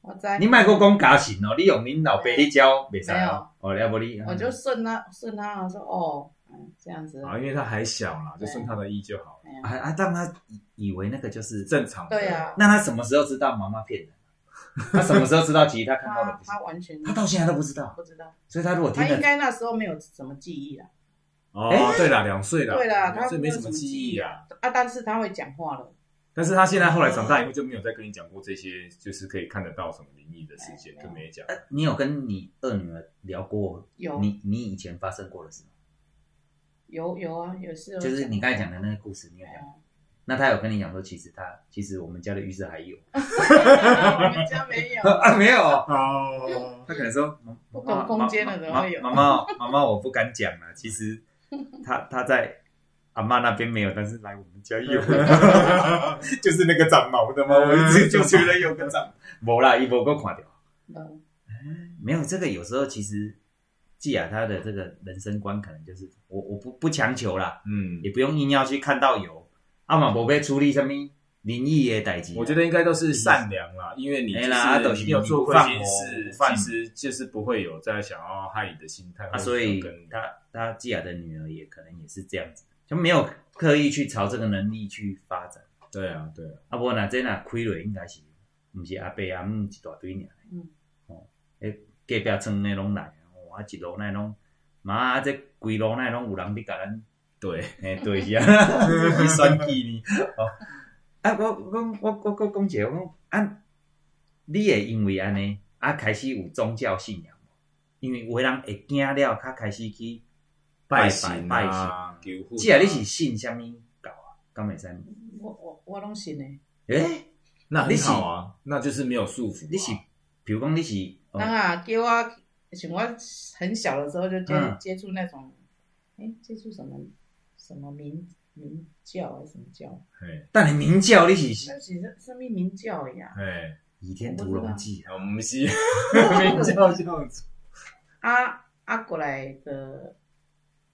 S2: 我知，
S3: 你卖个讲家禽哦，你用恁老爸你教袂使
S2: 没
S3: 哦
S2: 有。
S3: 哦，要不你，
S2: 我就顺他顺他，我说哦，嗯，这样子，
S1: 啊，因为他还小啦，就顺他的意就好了，
S2: 哎
S3: 哎啊
S2: 呀，
S3: 啊，让他以以为那个就是这。
S1: 正常。
S2: 对，啊，
S3: *laughs* 那他什么时候知道妈妈骗人？啊 *laughs* 他什么时候知道其实他看到的
S2: 他
S3: 不是
S2: 他？完全
S3: 他到现在都不知道，
S2: 不知道，
S3: 所以他如果听
S2: 他应
S3: 了，
S2: 该那时候没有什么记忆了
S1: 哦，对啦，两
S3: 啊
S1: 岁啦，
S3: 嗯
S2: 对啦，他
S1: 这没
S2: 有
S1: 什么记忆啊。
S2: 啊，但是他会讲话了，
S1: 但是他现在后来长大以后就没有再跟你讲过这些，就是可以看得到什么灵异的事件，
S2: 哎
S1: 就没讲。
S3: 呃你有跟你二女儿聊过
S2: 有
S3: 你你以前发生过的事吗？
S2: 有有啊，有是有讲，
S3: 就是你刚才讲的那个故事，你有
S2: 哎
S3: 讲
S2: 呀。
S3: 那他有跟你讲说，其实他其实我们家的浴室还
S2: *laughs*
S3: 有
S2: *laughs* 我们家没有。
S3: 啊，没有。
S1: 哦，
S3: 他可能说妈
S2: 不懂空间的怎么会有
S3: 妈妈妈妈妈，我不敢讲了。其实他他在阿妈那边没有，但是来我们家有，就是那个长毛的嘛，我一直就觉得有个长。没啦，伊无够看到。
S2: 嗯
S3: 没有这个，有时候其实季雅她的这个人生观可能就是我我不不强求啦，
S1: *laughs* 嗯
S3: 也，不用硬要去看到有阿玛伯被处理什么灵异的代志。
S1: 我觉得应该都是善良啦，因为你
S3: 哎啦
S1: 就
S3: 就是是
S1: 你有做过一件
S3: 你
S1: 事，
S3: 犯我我犯
S1: 其实就是不会有在想要害你的心态，
S3: 啊，所以
S1: 或者想要跟你
S3: 她她季雅的女儿也可能也是这样子，就没有刻意去朝这个能力去发展。
S1: 对啊，对啊，
S3: 啊，无若这若开落，应该是毋是阿伯阿姆一大堆尔。
S2: 嗯。
S3: 哦，迄隔壁村诶拢来，哇、啊，一路那拢，妈啊，这规路那拢有人伫甲咱，
S1: 对，
S3: 诶、对是啊， *laughs* 去选举呢。哦，啊，我我我我我讲者，我讲啊，你会因为安尼啊开始有宗教信仰无？因为有诶人会惊了，较开始去拜
S1: 神
S3: 拜
S1: 啊，
S3: 神。
S1: 求
S3: 即啊，你是信啥物教啊？敢会使吗？
S2: 我我我拢信诶，
S3: 诶、
S1: 那很好啊，那就是没有束缚啊，
S3: 你是，比如讲你是，哦
S2: 人啊叫我，像我很小的时候就接、
S3: 嗯
S2: 接触那种，哎、接触什么什么民民教还是什么教？
S1: 哎
S3: 但你明教你是
S2: 那其实什么民教呀？
S1: 哎，
S3: 倚天屠龙记啊，
S1: 我们是 *laughs* 名叫这样子，
S2: 啊啊过来的，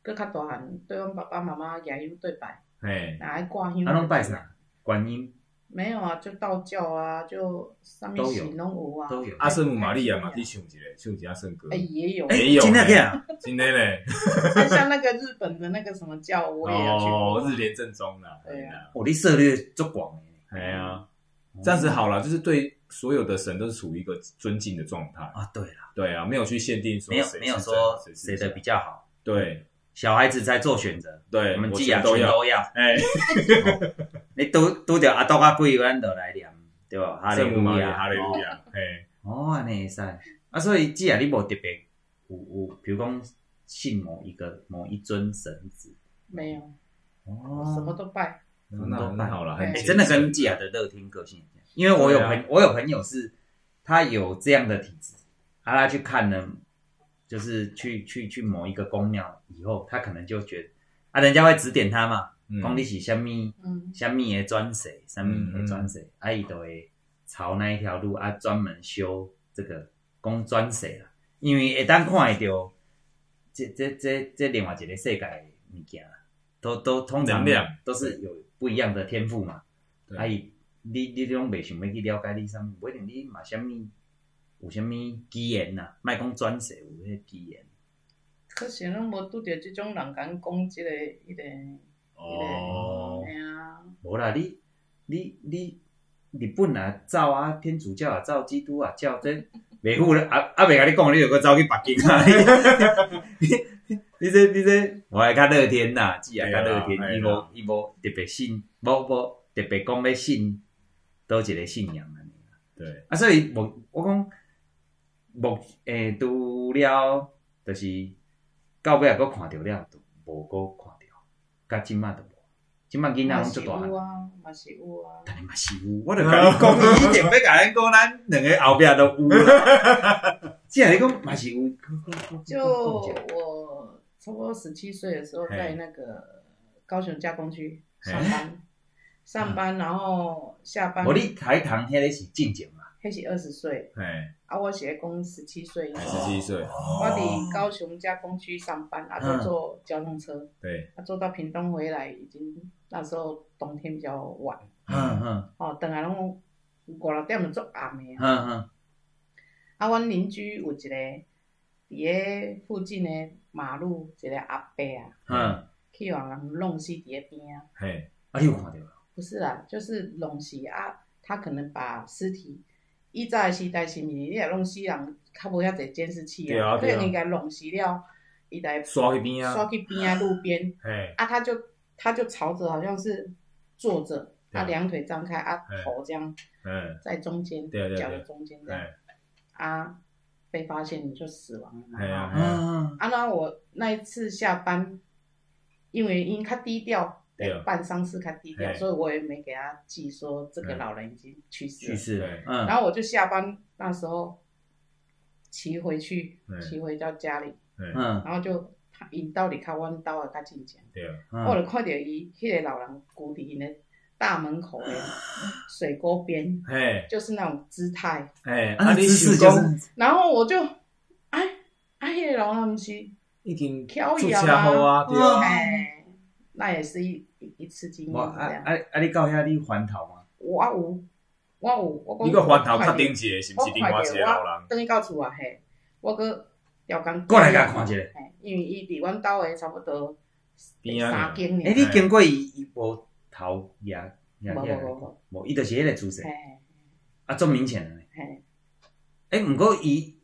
S2: 搁较大汉，对阮爸爸妈妈也有对拜，
S1: 哎，
S2: 哪爱挂香？
S3: 啊拢拜？啥？观音
S2: 没有啊，就道教啊，就什么
S3: 都有
S2: 神拢有啊。
S3: 都有。
S1: 阿圣母玛利亚嘛，去唱一个，唱一下圣歌
S2: 哎、，也有，
S1: 哎没有
S3: 今天
S1: 哎
S3: 这样，
S1: 今天嘞，
S2: 就像那个日本的那个什么教，我也要去过。
S1: 哦，日莲正宗啦，
S2: 对啊
S1: 啦，
S3: 我的哦涉猎足广哦诶，
S1: 哎呀，这样子好了，就是对所有的神都是处于一个尊敬的状态，
S3: 啊。对了，
S1: 对啊，没有去限定说
S3: 没有
S1: 谁
S3: 没有
S1: 是
S3: 说
S1: 神
S3: 谁
S1: 是
S3: 的
S1: 假
S3: 比较好，
S1: 对
S3: 小孩子在做选择，
S1: 对，
S3: 我们
S1: 我
S3: 既
S1: 全
S3: 然
S1: 都
S3: 全
S1: 要，
S3: 都要，
S1: 哎，
S3: 你都都着阿多阿贵咱就来念，对吧？哈利
S1: 圣母
S3: 路
S1: 玛利
S3: 亚，
S1: 亚，哈利路
S3: 哦
S1: 亚，哎，
S3: 哦，安尼会使。啊，所以既然你无特别有有，比如讲信某一个某一尊神子，
S2: 没有，
S3: 哦，
S2: 什么都拜。
S3: 什么
S1: 那
S3: 都
S1: 那
S3: 办
S1: 好了，很
S2: 哎
S3: 欸、
S1: 虔
S3: 真的
S1: 诚
S3: 跟季雅的乐天个性很像，因为我有
S1: 啊对啊
S3: 朋、我有朋友是，他有这样的体质，啊，他去看了，就是去去去某一个宫庙以后，他可能就觉得啊，人家会指点他嘛，
S1: 嗯
S3: 讲、你是什么
S2: 嗯，
S3: 什么的专谁，什么的专
S1: 嗯
S3: 谁，啊，伊都会朝那一条路啊，专门修这个讲专谁啦，因为会当看会到，这这这这另外一个世界的物件啦，都都通
S1: 能
S3: 常
S1: 量
S3: 都是有不一样的天赋嘛。
S1: 对
S3: 啊，伊你你拢袂想要去了解你啥物，不一定你嘛啥物有啥物机缘呐，莫讲转世有迄机缘。
S2: 可是拢无拄着即种人甲阮讲即个迄个。
S1: 哦，
S2: 哎呀，
S3: 无啦，你你你日本啊走啊，天主教啊走，基督啊教这袂赴咧，啊啊袂甲你讲，你又搁走去北京啊！ *laughs* 你你你这你这，我会较乐天啦，只啊较乐天
S1: 对啦，
S3: 伊
S1: 对
S3: 无
S1: 啦
S3: 伊无特别信，无无特别讲要信倒一个信仰安尼。
S1: 对，
S3: 啊，所以目我讲目诶，除了就是到尾啊，搁看着了，就无搁看着，甲即摆都无，即摆囡仔
S2: 嘛
S3: 拢
S2: 是
S3: 足大汉
S2: 有。啊，嘛是有啊。
S3: 但嘛是有，我就甲你讲，伊一定要甲咱讲，咱两个后壁都有啦。即系你讲嘛是有，
S2: 就我差不多十七岁的时候，
S1: 嘿
S2: 在那个高雄加工区
S1: 嘿
S2: 上班，上班然后下班
S3: 哎我，你台糖迄个是进前嘛，
S2: 迄是二十岁，
S1: 哎，
S2: 啊，我是讲十七岁，我
S1: 十七岁，
S2: 伫高雄加工区上班，啊，
S3: 嗯
S2: 就坐交通车，
S1: 对，
S2: 啊，坐到屏东回来，已经那时候冬天比较晚，
S3: 嗯嗯
S2: 哦，等下拢五六点就足暗的啊。
S3: 嗯嗯，
S2: 啊，阮邻居有一个伫咧附近的马路，一个阿伯啊，
S3: 嗯，
S2: 去互人弄死伫咧边啊。
S1: 嘿，
S3: 啊，你有看到无？
S2: 不是啦，就是弄死啊，他可能把尸体。以早的时代是毋是？你若弄死人，较无遐侪监视器
S1: 对啊对啊
S2: 所以应该弄死了，伊来
S1: 刷去边啊
S2: 刷去边啊，路边
S1: 嘿，
S2: 啊，他就他就朝着好像是坐着，
S1: 对
S2: 啊，两腿张开，啊
S1: 哎，
S2: 头这样
S1: 嗯，
S2: 在中间，
S1: 对啊对啊
S2: 脚的
S1: 对啊
S2: 中间这样，
S1: 哎，
S2: 啊，被发现就死亡了嘛。
S1: 哎呀
S2: 哈
S3: 嗯
S2: 啊，那我那一次下班，因为因较低调，
S1: 对啊
S2: 办丧事较低调，
S1: 嘿
S2: 所以我也没给他记说这个
S1: 嗯
S2: 老人已经去世
S3: 去
S2: 了。
S3: 世
S1: 对，
S3: 嗯
S2: 然后我就下班那时候骑回去
S1: 嗯，
S2: 骑回到家里，
S1: 嗯，
S3: 嗯
S2: 然后就他引到里看弯刀啊，较进前，
S1: 对，
S2: 我
S3: 嗯，
S2: 就看到伊迄个老人跍伫因的大门口
S3: *laughs*
S2: 的水沟边，
S1: 嘿，
S2: 就是那种姿态，
S1: 哎，啊，
S3: 啊，那
S1: 你
S3: 姿势
S1: 是
S3: 就
S1: 讲
S3: 是
S2: 然后我就哎哎，迄、个人啊，毋是，
S1: 已经
S2: 翘
S1: 出
S2: 摇
S1: 车
S2: 啊
S1: 祸啊，对啊，
S2: 哎，那也是一一一次经验
S3: 我
S2: 这
S3: 啊
S2: 样。
S3: 啊啊！你到遐你还头吗？
S2: 我啊有，我啊有，哦我讲
S1: 你个翻头确定一下是毋是另外一个老人？
S2: 等去到厝啊，嘿，我搁调工
S3: 过来甲看一下。
S2: 嘿，因为伊伫阮兜诶差不多
S1: 边仔
S2: 三间
S3: 诶，
S2: 呢，
S3: 你经过伊伊无头也也
S2: 无
S3: 也
S2: 无无，
S3: 无，伊就是迄个姿势
S2: 嘿
S3: 啊，足明显的。
S2: 嘿，
S3: 诶，毋过伊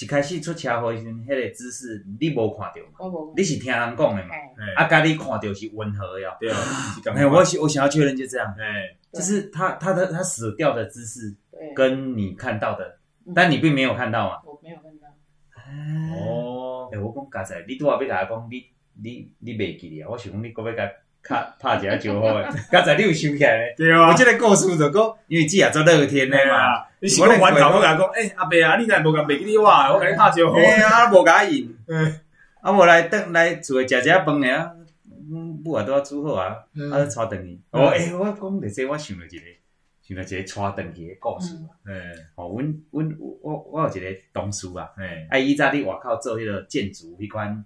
S3: 一开始出车祸的时阵，迄个姿势你无看着嘛？
S2: 我无，
S3: 你是听人讲的嘛？
S2: 嘿，
S1: 哎，
S3: 啊，甲你看着是温和的哦。
S1: 对啊，是赶
S3: 哎，
S1: 快，
S3: 我想我想要确认就这样，
S1: 哎，
S2: 对
S3: 就是他他的他死掉的姿势
S2: 对，
S3: 跟你看到的，
S2: 嗯
S3: 但你并没有看到嘛。
S2: 我没有看到，
S3: 哦，
S1: 哦，
S3: 诶，我讲刚才你拄仔要甲我讲，你你你袂记哩啊？我想讲你搁要甲拍拍一下招呼 *laughs* 诶，刚才你有想起来咧？
S1: 对
S3: 我
S1: 啊，
S3: 这个故事就讲，因为这也做乐天的
S1: 哎
S3: 嘛，
S1: 呀，你是讲翻头我甲讲，诶，阿伯啊，你若无甲袂记你我，我甲你拍招呼
S3: 嘿，啊，无甲伊，
S1: 嗯
S3: 啊，无来等来厝诶食食饭诶啊，嗯母啊都要煮好啊，啊，
S1: 嗯，
S3: 带转去。
S1: 嗯
S3: 哦，诶，我讲着这，我想着一个，想着一个带转去诶故事啊。
S1: 哎
S3: 哦，阮阮我我有一个同事啊，
S1: 哎，
S3: 啊，伊早伫外口做迄个建筑迄款，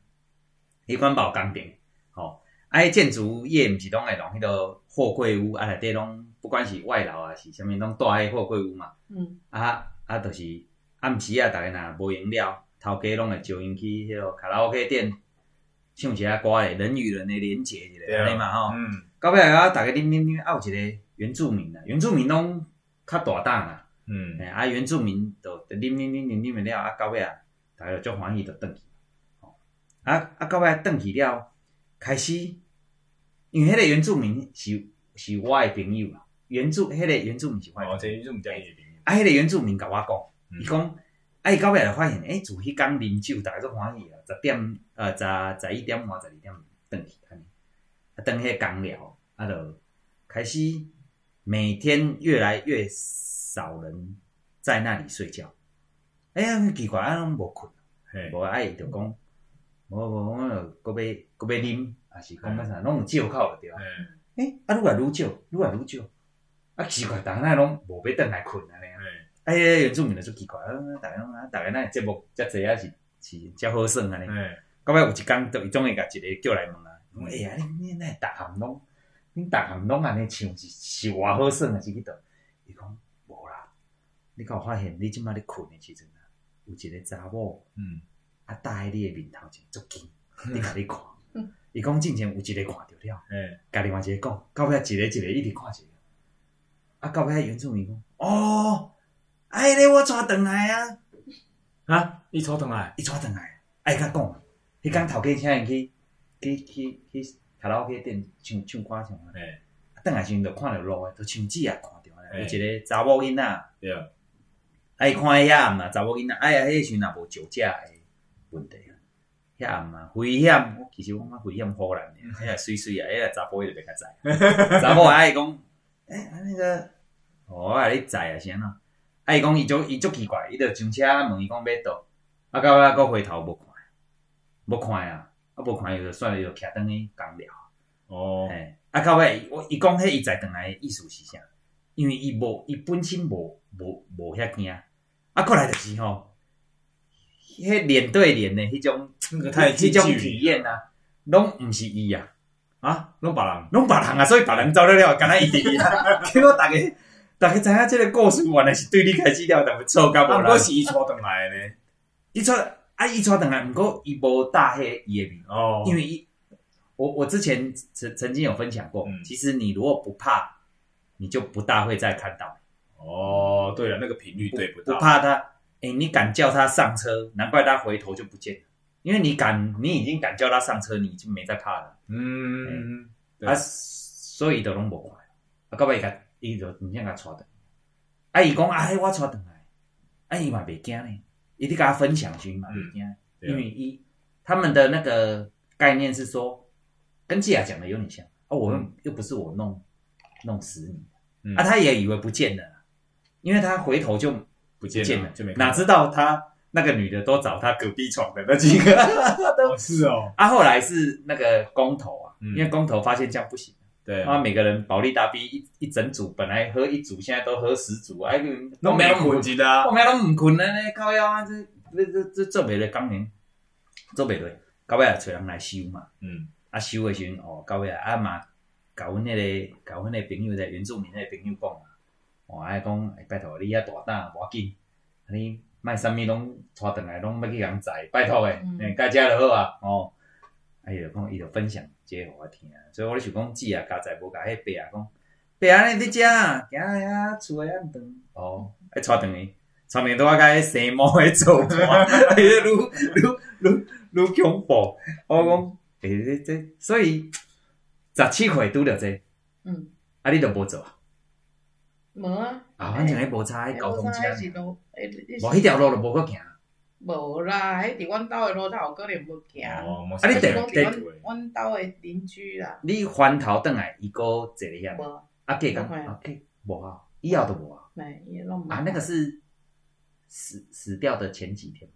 S3: 迄款包工店，吼、啊，迄建筑业毋是拢会弄迄个货柜屋，啊，内底拢不管是外劳啊，是啥物，拢带迄货柜屋嘛。
S2: 嗯，
S3: 啊啊，就是暗时啊，逐个若无闲了，头家拢会招因去迄个卡拉 OK 店唱一下歌诶，人与人诶连接一
S1: 对
S3: 下，
S1: 啊
S3: 安尼嘛吼。
S1: 嗯
S3: 到尾啊，逐个啉啉啉，啊有一个原住民啊，原住民拢较大胆啊，
S1: 嗯
S3: 嘿啊原住民就啉啉啉啉啉了，啊到尾啊，逐个就足欢喜就转去，吼啊啊到尾啊转去了，开始，因为迄个原住民是是我诶朋友啊，原住迄、个原住民是我的
S1: 哦，
S3: 朋
S1: 这
S3: 友。
S1: 你就毋叫伊朋友，
S3: 啊，迄、个原住民甲我
S1: 嗯
S3: 讲，伊讲，啊，伊到尾就发现，诶、自迄工啉酒，逐个都欢喜啊，十点，呃，十十一点外，十二点转去安尼，啊，转迄工了，啊，就开始每天越来越少人在那里睡觉，哎、呀，很奇怪，啊，拢无困，
S1: 嘿，
S3: 无啊，伊就讲，无无，我就搁要搁要啉，啊是讲要啥，拢有借口就对啊。
S1: 哎
S3: 诶、啊，愈来愈少，愈来愈少。啊，奇怪，逐个咱拢无要倒来困安尼啊。
S1: 哎，
S3: 哎，原住民就足奇怪，啊，逐个拢啊，逐个咱的节目遮济啊，是是遮好耍安尼。
S1: 哎，
S3: 到尾有一工，就伊总会甲一个叫来问啊，讲哎呀，恁恁那逐项拢，恁逐项拢安尼唱是是偌好耍啊，是去倒？伊讲无啦，你敢有发现你即摆咧困的时阵啊，有一个查某
S1: 嗯，
S3: 啊，搭喺你的面头前足紧，你甲你看，伊讲之前有一个看着了。
S1: 哎，
S3: 甲另外一个讲，到尾一个一个一直看一个，啊，到尾原住民讲，哦，哎咧，我带转来啊，
S1: 啊，你坐倒来，
S3: 伊带转来，哎，甲讲，迄工头家请因去去去去卡拉 OK 店唱唱歌唱啊，
S1: 哎，
S3: 啊，转来时阵就看着路诶，就像姊也看着啊，
S1: 嘿
S3: 有一个查某囡仔，
S1: 对啊，
S3: 啊，伊看遐暗啊，查某囡仔，哎呀，迄时阵也无酒驾诶问题啊，遐暗啊，危险，我其实我感觉危险好难诶，迄个水水啊，迄个查甫伊就袂较知。查某啊，伊讲，哎、啊那个，哦，啊，你知啊，是安怎？啊，伊讲伊足伊足奇怪，伊就上车问伊讲要倒，啊，到尾啊，搁回头无看，无看啊，啊，无看伊就算了，伊就徛转去讲聊，
S1: 哦，
S3: 嘿，啊，到尾我伊讲迄伊载转来的意思是啥？因为伊无伊本身无无无遐惊，啊，过来就是吼，迄脸对脸的迄种
S1: *laughs* 那个太
S3: 迄
S1: 近
S3: 种
S1: 距
S3: 体
S1: 离
S3: 验啊，拢毋是伊啊。
S1: 啊，拢别人，
S3: 拢别人啊，所以别人走了了，敢若伊伫啊。 *laughs* 结果大家大家知影即个故事，原来是对你开始了，但不错甲
S1: 啊，
S3: 无
S1: 不过
S3: 啦。
S1: 是伊坐倒来的呢，
S3: 伊出啊，伊出等来，毋过伊无搭迄伊诶面，
S1: 哦，
S3: 因为伊我我之前曾曾经有分享过，
S1: 嗯
S3: 其实你如果不怕，你就不大会再看到，
S1: 哦，对了，那个频率对不
S3: 不
S1: 到，
S3: 怕他，诶、你敢叫他上车，难怪他回头就不见了，因为你敢，你已经敢叫他上车，你已经没在怕了。
S1: 嗯，对
S3: 啊，所以就拢无看。啊，到尾伊甲伊就真正甲带转来。啊，伊讲啊，迄我带转来，啊，伊嘛袂惊呢。伊伫甲我分享时伊嘛袂惊，
S1: 对啊
S3: 因为伊他们的那个概念是说，跟季雅讲的有点像。啊，我又、
S1: 嗯
S3: 又不是我弄弄死你，
S1: 嗯
S3: 啊，他也以为不见了，因为他回头就
S1: 不
S3: 不
S1: 见
S3: 见
S1: 了
S3: 了，，
S1: 就没看
S3: 哪知道他那个女的都找他隔壁床的那几
S1: *laughs*
S3: 个。
S1: 到哦是哦，
S3: 啊，后来是那个工头啊，
S1: 嗯
S3: 因为工头发现这样不行。
S1: 对，
S3: 啊，每个人保利达 B 一一整组，本来喝一组，现在都喝十组，哎，
S1: 拢没困，一啦
S3: 啊后，面拢唔困了呢，靠腰啊，这这这这做袂了，当年做袂落，到尾也找人来修嘛。
S1: 嗯
S3: 啊，收的时阵哦，到尾啊啊嘛，甲阮迄个甲阮迄个朋友在原住民迄个朋友讲啊，哦，啊讲哎拜托你遐大胆，无要紧，啊你卖啥物拢带转来，拢要去人载，拜托诶
S2: 嗯，
S3: 哎，家食就好啊，哦，哎就讲伊就分享这互我听，所以我咧想讲姊啊，家在无甲迄伯啊讲，伯啊你伫遮，行遐厝诶遐长，哦，哎带转去。传面都我甲迄生毛诶做伴，哎，愈愈愈愈恐怖。我讲，诶、欸，这这，所以十七岁拄着这，
S2: 嗯，
S3: 啊，你都无做啊？
S2: 无啊，
S3: 啊，反正迄无差，迄交通
S2: 哎我知影是
S3: 车，
S2: 路，哎你
S3: 无迄条路就无搁行。
S2: 无啦，迄伫阮兜的路头可能无行，
S1: 哦，
S3: 啊你
S2: 就
S3: 得
S2: 是讲
S3: 得
S2: 伫阮阮兜的邻居啦，
S3: 你翻头转来，伊搁坐咧遐，
S2: 无，
S3: 啊，计讲
S2: 不会
S3: 啊，计无啊，以后都无啊。
S2: 没也弄
S3: 啊，那个是死死掉的前几天，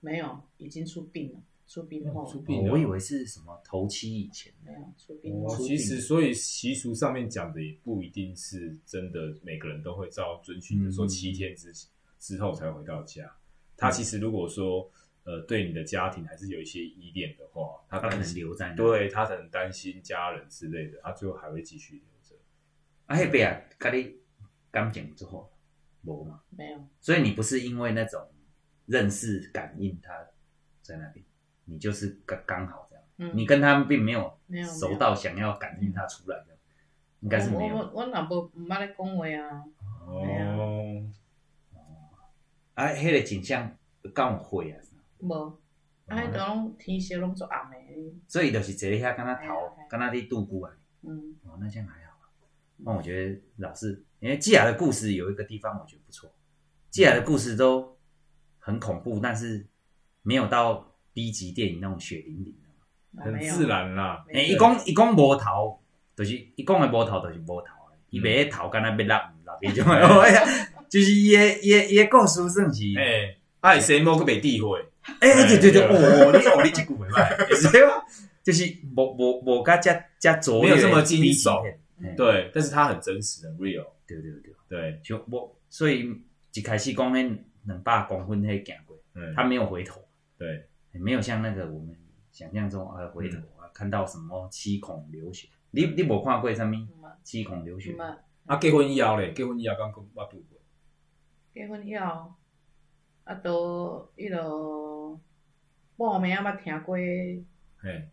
S2: 没有，已经出殡了，出殡后
S1: 哦出
S3: 哦
S1: 殡了
S3: 我以为是什么头七以前。
S2: 没有出殡
S1: 哦
S2: 后，
S1: 其实，所以习俗上面讲的也不一定是真的，每个人都会照遵循，
S3: 嗯
S1: 比如说七天之之后才回到家。他其实如果说呃对你的家庭还是有一些依恋的话，他
S3: 他可
S1: 担
S3: 能
S1: 心，
S3: 留在那。
S1: 对他可能担心家人之类的，他最后还会继续留着。
S3: 啊，迄边啊，甲你感情之后无嘛，
S2: 没有，
S3: 所以你不是因为那种认识感应他在那边，你就是刚刚好这样。
S2: 嗯，
S3: 你跟他们并没有
S2: 没有
S3: 熟到想要感应他出来的，应该是没
S2: 我
S3: 有。
S2: 我我若无毋捌咧讲话啊，对啊
S1: 哦，
S3: 啊，迄个景象刚有会啊，
S2: 无，啊，迄都拢天色拢做暗的，
S3: 所以就是坐在遐，跟他头
S2: 哎，呀
S3: 跟他在度过啊。
S2: 嗯，
S3: 哦，那这样还好吧。那我觉得老是，因为季雅的故事有一个地方我觉得不错，季雅的故事都很恐怖，但是没有到 B 级电影那种血淋淋的。
S2: 啊
S1: 很
S2: 没有
S1: 自然啦。
S2: 没
S3: 诶、
S2: 有
S3: 伊讲伊讲无头，就是伊讲的无头，就是无头的，
S1: 嗯
S3: 伊袂头敢若要落落边种的，哎呀 *laughs* 就是伊的伊的伊的故事算是，诶、
S1: 哎，爱谁摸个被诋毁，
S3: 对对对，
S1: 哎
S3: 哦，哦你哦你即句袂
S1: *laughs*
S3: 歹，会使吗？ *laughs* 就是无无无甲遮遮拙
S1: 没
S3: 劣，
S1: 有这么惊悚
S3: 嘿
S1: 对，但是他很真实，很 real。
S3: 哎对对对，
S1: 对，
S3: 就我所以一开始讲迄两百公分迄行过，
S1: 嗯，
S3: 他没有回头，
S1: 对，
S3: 没有像那个我们想象中啊回头啊、看到什么七孔流血，你你无看过啥物
S2: 毋捌
S3: 七孔流血
S2: 毋？捌
S1: 啊，结婚以后嘞，结婚以后刚跟我度过，
S2: 结婚以后，啊，都迄落报名捌听过
S1: 嘿。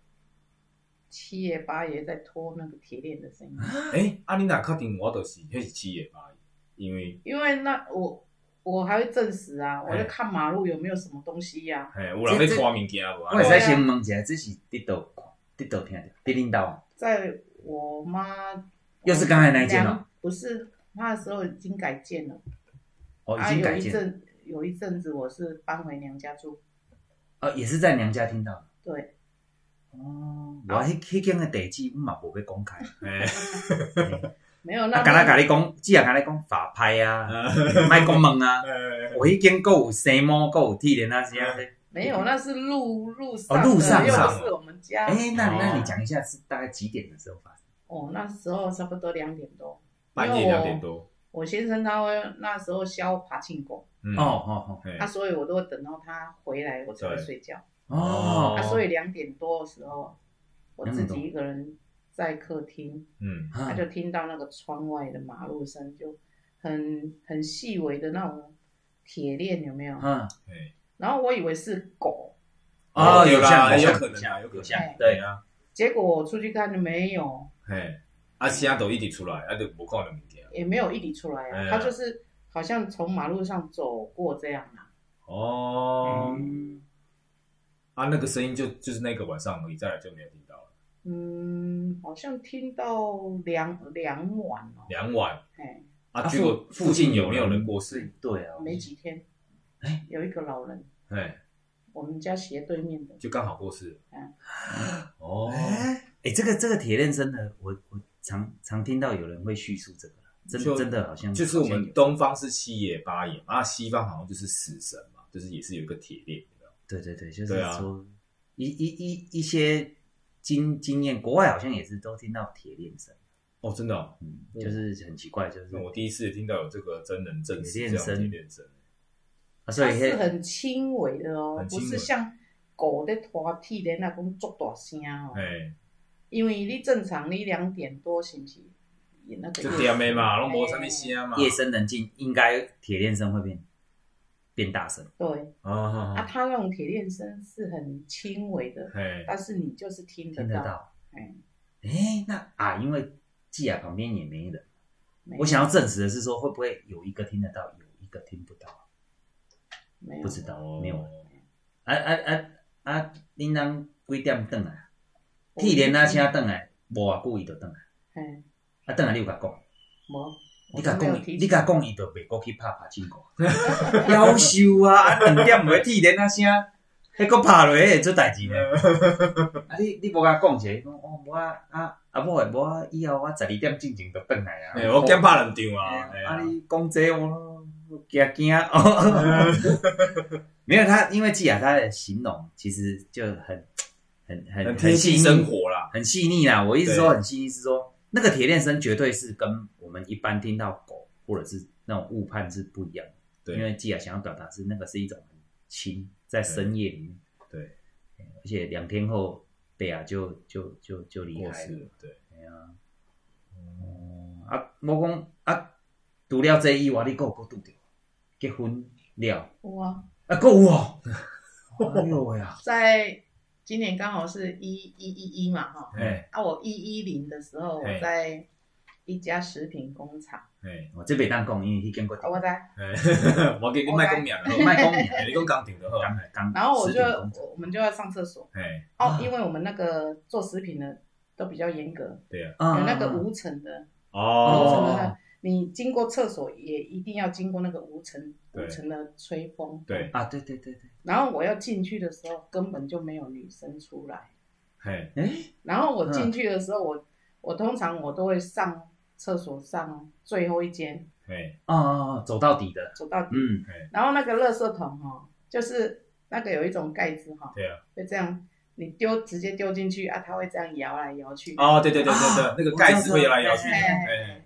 S2: 七爷八爷在拖那个铁链的
S3: *laughs*
S2: 声音，
S1: 诶，啊，你若确定我就是迄是七个吧？因为
S2: 因为那我我还会证实啊，我
S1: 哎
S2: 就看马路有没有什么东西呀、
S1: 嘿，有人咧拖物件无？
S3: 我会
S2: 啊
S3: 使先问一下，这是伫倒看，伫倒听着，伫恁兜
S2: 在我妈
S3: 又是刚才那一间哦
S2: 娘，不是那时候已经改建了，
S3: 哦，已
S2: 啊，
S3: 经
S2: 有
S3: 改
S2: 一
S3: 建，
S2: 阵有一阵子我是搬回娘家住，
S3: 哦，也是在娘家听到的。
S2: 对，
S3: 哦，我
S2: 啊
S3: 迄迄间的地址，我嘛无要公开，
S1: 嘿，
S2: 没有那
S3: 啊，敢若甲你讲，只啊甲你讲法拍
S1: *laughs*
S3: 啊，卖讲问啊，
S1: 呃，
S3: 我迄间够有生毛，够有铁链啊，是啊。
S2: 没有，那是路路上
S3: 哦
S2: 的，
S3: 路上
S2: 又
S1: 上
S2: 不是我们家。
S3: 哎，那
S1: 哦
S3: 那你讲一下是大概几点的时候发生？
S2: 哦，那时候差不多两点多，
S1: 半夜
S2: 因为我
S1: 两点多，
S2: 我先生他会那时候削爬庆功，
S1: 嗯
S3: 哦，哦
S1: 嘿
S2: 啊，所以我都会等到他回来我才会
S1: 对
S2: 睡觉。
S3: 哦哦
S2: 啊，所以两点多的时候，我
S3: 两
S2: 自
S3: 点多
S2: 己一个人在客厅，
S1: 嗯，
S2: 他
S3: 啊
S2: 就听到那个窗外的马路声，就很很细微的那种铁链有没有？
S3: 嗯，
S1: 嘿，
S2: 然后我以为是狗，
S3: 哦，
S1: 有
S3: 有
S1: 啦，
S3: 像
S1: 有
S3: 像
S1: 可能啊，有可
S3: 有
S1: 能，
S3: 像
S2: 哎
S3: 对
S1: 啊，
S2: 结果我出去看就没有，
S1: 嘿，啊，声都一直出来，啊，就无看到物件，
S2: 也没有一理出来
S1: 哎
S2: 啊，
S1: 呀
S2: 他就是好像从马路上走过这样啊。
S1: 哦，
S3: 嗯，
S1: 啊，那个声音就就是那个晚上而已，再来就没有听到了，
S2: 嗯，好像听到两两晚哦，
S1: 两晚，
S2: 哎，
S1: 啊，结果附近有没有人过世？？
S3: 对啊，
S2: 没几天，
S3: 哎
S2: 有一个老人，
S1: 嘿，
S2: 我们家斜对面的，
S1: 就刚好过世
S2: 嗯，
S1: 哦，
S3: 哎、这个这个铁链真的，我我常常听到有人会叙述这个，真
S1: 就
S3: 真的好像
S1: 就是我们
S3: 都
S1: 东方是七爷八爷嘛，啊，西方好像就是死神嘛，就是也是有一个铁链，有没有
S3: 对对对，就是
S1: 对啊
S3: 说、一一一一些经经验，国外好像也是都听到铁链声，
S1: 哦，真的哦。
S3: 嗯，
S1: 嗯
S3: 就是很奇怪，就是
S1: 那我第一次听到有这个真人真事这
S3: 铁链
S1: 样
S3: 声
S1: 的铁链声，
S3: 啊所
S2: 它
S3: 以
S2: 是
S3: 嘿
S2: 很轻微的哦
S1: 很，轻
S2: 不
S1: 微
S2: 是像狗在拖铁链啊，讲足大声哦。
S1: 哎，
S2: 因为你正常你两点多是不是？也那个
S1: 就
S2: 夜
S1: 点的嘛，拢无啥物声嘛。
S3: 夜深人静，应该铁链声会变变大声。
S2: 对，
S1: 啊啊
S2: 啊，
S1: 啊，
S2: 它那种铁链声是很轻微的，
S1: 嘿，
S2: 但是你就是听得
S3: 听得到。
S2: 哎，
S3: 哎、那啊，因为季雅旁边也没人，
S2: 没有
S3: 我想要证实的是说，会不会有一个听得到，有一个听不到？
S2: 没有
S3: 不知道
S1: 哦
S3: 没有啊啊啊啊！恁人几点转来？啊铁链啊，
S2: 嗯
S3: 请转来，无偌久伊就转来。
S2: 哎，
S3: 啊，转来你有甲讲，
S2: 无，
S3: 你甲
S2: 我都没
S3: 讲
S2: 有
S3: 伊，
S2: 提
S3: 你甲讲伊，就袂过去拍拍进攻。 *laughs* 夭寿啊！啊，两点袂铁链啊声，迄个拍落会出代志呢。啊，你你无甲讲者，伊讲哦，无啊啊啊，无诶，无啊，以后我十二点之前就转来啊。
S1: 哎，我惊拍两场啊，哎
S3: 啊，
S1: 呀，
S3: 你讲这我惊
S1: *laughs*
S3: 惊哦。没有他，因为季雅她的形容其实就很很很
S1: 很贴
S3: 细
S1: 近
S3: 腻
S1: 生，活啦。
S3: 很细腻啦。我一直说
S1: 对
S3: 很细腻，是说那个铁链声绝对是跟我们一般听到狗或者是那种误判是不一样的。因
S1: 对
S3: 为季雅想要表达是那个是一种很轻，在深夜里面，
S1: 对，
S3: 而且两天后贝雅就就就就离
S1: 过
S3: 开了
S1: 世。了，对，
S3: 哎呀、哦啊，我讲啊，除了这以外，你还有搁拄着结婚了，
S2: 有啊，
S3: 啊，搁有哦。哎呦喂啊！
S2: 在今年刚好是一一一一嘛哈，
S1: 哎
S2: 啊，我一一零的时候，我
S1: 嘿
S2: 在一家食品工厂，
S1: 哎
S3: 我这袂当讲，因为迄间我
S2: 啊我在，
S1: 哎，我给你卖公名
S2: *laughs*
S1: 了，
S3: 卖讲
S1: 哎
S3: 你
S1: 你讲工厂就好。
S3: 刚刚，
S2: 然后我
S3: 十
S2: 就
S3: 点工啊作
S2: 我们就要上厕所
S1: 哎，
S2: 哦，因为我们那个做食品的都比较严格，
S1: 对啊，
S3: 啊
S2: 有那个无尘的，无尘的
S1: 哦，
S2: 那，你经过厕所也一定要经过那个无尘
S1: 对
S2: 无尘的吹风，
S1: 对，
S3: 啊，对对对对，
S2: 然后我要进去的时候根本就没有女生出来。
S1: 嘿，
S3: 哎，
S2: 然后我进去的时候，我我通常我都会上厕所上最后一间，
S1: 嘿，
S3: 哦哦，哦走到底的，
S2: 走到底。
S3: 嗯，
S2: 然后那个垃圾桶哦，就是那个有一种盖子哈、
S1: 对啊，
S2: 就这样你丢直接丢进去啊，它会这样摇来摇去。
S1: 哦，对对
S2: *laughs*
S1: 对对
S3: 啊
S1: 对，那个盖子会摇来摇去，
S3: 我知
S2: 道
S1: 哎，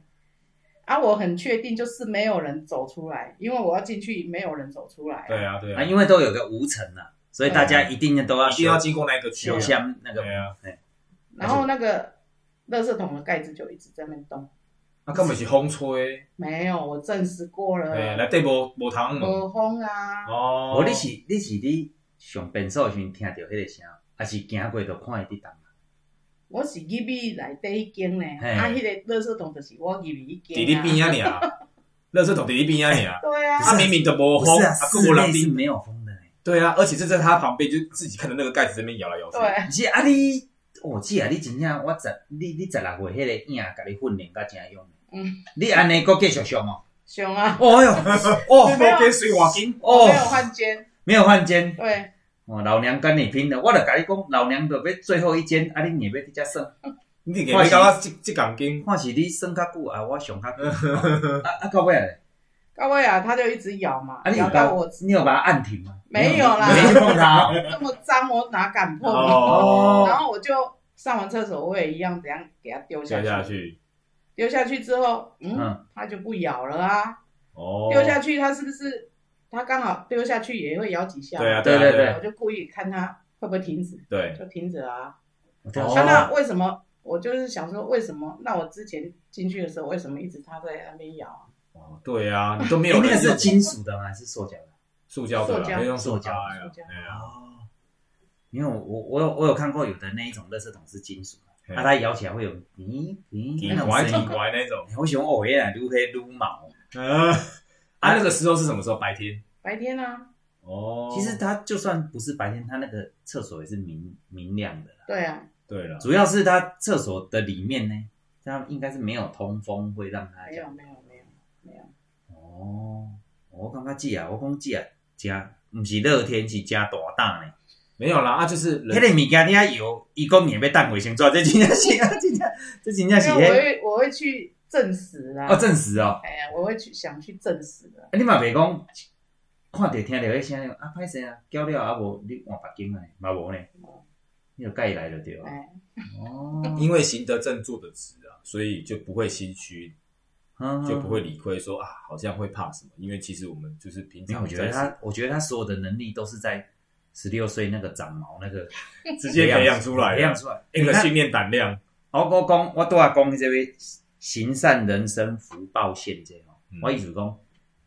S2: 啊，我很确定就是没有人走出来，因为我要进去，没有人走出来。
S1: 对啊对
S3: 啊，
S1: 啊，
S3: 因为都有个无尘啊，所以大家一定都要
S1: 一定要经过那个区
S3: 修
S1: 啊
S3: 香那个
S1: 对，啊，
S2: 然后那个垃圾桶的盖子就一直在那边动。
S1: 那啊根本是风吹，
S2: 没有，我证实过
S1: 哎，
S2: 了，
S1: 内底无无窗门，
S2: 有风啊，
S1: 哦，
S3: 哦，你是你是你上便所的时候听到迄个声，还是行过就看伊伫动？
S2: 我是入去内底迄间呢，
S3: 嘿
S2: 啊，迄、个垃圾桶就是我入去迄间、啊。
S1: 伫你边啊你啊，垃圾桶伫你边啊你
S3: *laughs*
S1: 啊，
S2: 对啊
S3: 不是，
S1: 他明明就无
S3: 不
S1: 风，
S3: 是
S1: 啊
S3: 啊，，
S1: 更无
S3: 室
S1: 人
S3: 内是
S1: 滴，
S3: 没有风的、欸。
S1: 对啊，而且就在他旁边，就自己看着那个盖子这边摇来摇去，
S2: 对，
S3: 不是啊你，哦姐啊，你真正我十你你十六岁迄个影，甲你训练甲真用。
S2: 嗯，
S3: 你安尼搁继续上哦。
S2: 熊啊，
S3: 哦哟，
S1: 你
S3: 哦
S1: 没给水瓦金，
S2: 我没有
S3: 哦，
S2: 换间，
S3: 没有换肩。
S2: 对，
S3: 哦，老娘跟你拼了！我就甲你讲，老娘就要最后一间，啊，你硬要伫遮算，
S1: 你给我搞到这这港金，
S3: 看是你算较久啊，我上较久。哦啊啊，到尾嘞，
S2: 高威啊，他就一直咬嘛，
S1: 哎
S3: 啊，你有
S2: 咬
S3: 把
S2: 到我，
S3: 你有把它按停吗？
S2: 没有啦
S3: 没去碰它哦。
S2: 那么脏，我哪敢碰？
S1: 哦
S2: *laughs* 然后我就上完厕所，我也一样，怎样给它丢下
S1: 掉下
S2: 去，
S1: 去，
S2: 丢下去之后，嗯，
S3: 嗯
S2: 它就不咬了啊。
S1: 哦，
S2: 丢下去，它是不是？它刚好丢下去也会咬几下，
S1: 对啊，
S3: 对
S1: 对
S3: 对
S1: 对
S3: 对
S1: 对
S2: 我就故意看它会不会停止，
S1: 对，
S2: 就停止了啊。
S3: 我
S1: 哦
S2: 啊，那为什么？我就是想说，为什么？那我之前进去的时候，为什么一直他在那边咬啊？
S1: 哦对啊，你都没
S3: 欸
S1: 有
S3: 那个
S1: 人
S3: 是
S1: 用
S3: 金属的吗？还是塑胶的？
S1: 塑胶的
S2: 塑胶
S1: 啦，没用塑
S3: 塑胶啊
S1: 胶哎呀
S2: 塑胶，
S1: 哎呀
S3: 哦，因为我我我有我有看过有的那一种垃圾桶是金属的，
S1: 嘿
S3: 啊，它摇起来会有咦咦
S1: 挺
S3: 那种
S1: 歪
S3: 声
S1: 挺
S3: 音。
S1: 歪那
S3: *laughs*
S1: 种，
S3: 哎我喜欢偶耶啊，撸黑撸毛。
S1: 啊啊，那个时候是什么时候？白天
S2: 白天啊，
S1: 哦，
S3: 其实它就算不是白天，它那个厕所也是明明亮的啦。
S2: 对啊，
S1: 对了，
S3: 主要是它厕所的里面呢，它应该是没有通风，会让它
S2: 没
S3: 这
S2: 有
S3: 样。
S2: 没有没有没有，
S3: 哦，我感觉姐啊，我讲姐啊，加不是乐天是加大胆呢。
S1: 没有啦，啊就是人
S3: 迄个物件你啊摇，伊讲硬要当卫生纸，这真正是， *laughs* 这真正这真正是
S2: 因为
S3: 迄
S2: 我会我会去证实啦。
S3: 哦证实哦。
S2: 哎呀，我会去想去证实的。
S3: 啊，你嘛袂讲，看着听着迄声音，啊，歹势啊，叫了啊无，你换别间啊，嘛无呢，你就介意来就对了。
S2: 哎，
S3: 哦，
S1: 因为行得正坐得直啊，所以就不会心虚，
S3: 嗯
S1: 就不会。理亏说啊，好像会怕什么。因为其实我们就是平
S3: 因
S1: 常
S3: 为哎我觉
S1: 在
S3: 得他，我觉得他所有的能力都是在十六岁那个长毛那个
S1: 直接培养出来
S3: 培养
S1: 了，
S3: 出来。
S1: 那
S3: 哎你
S1: 个
S3: 看
S1: 训练胆量，
S3: 我我讲，我拄啊讲这位行善人生福报线这吼、
S1: 嗯
S3: 我意思讲，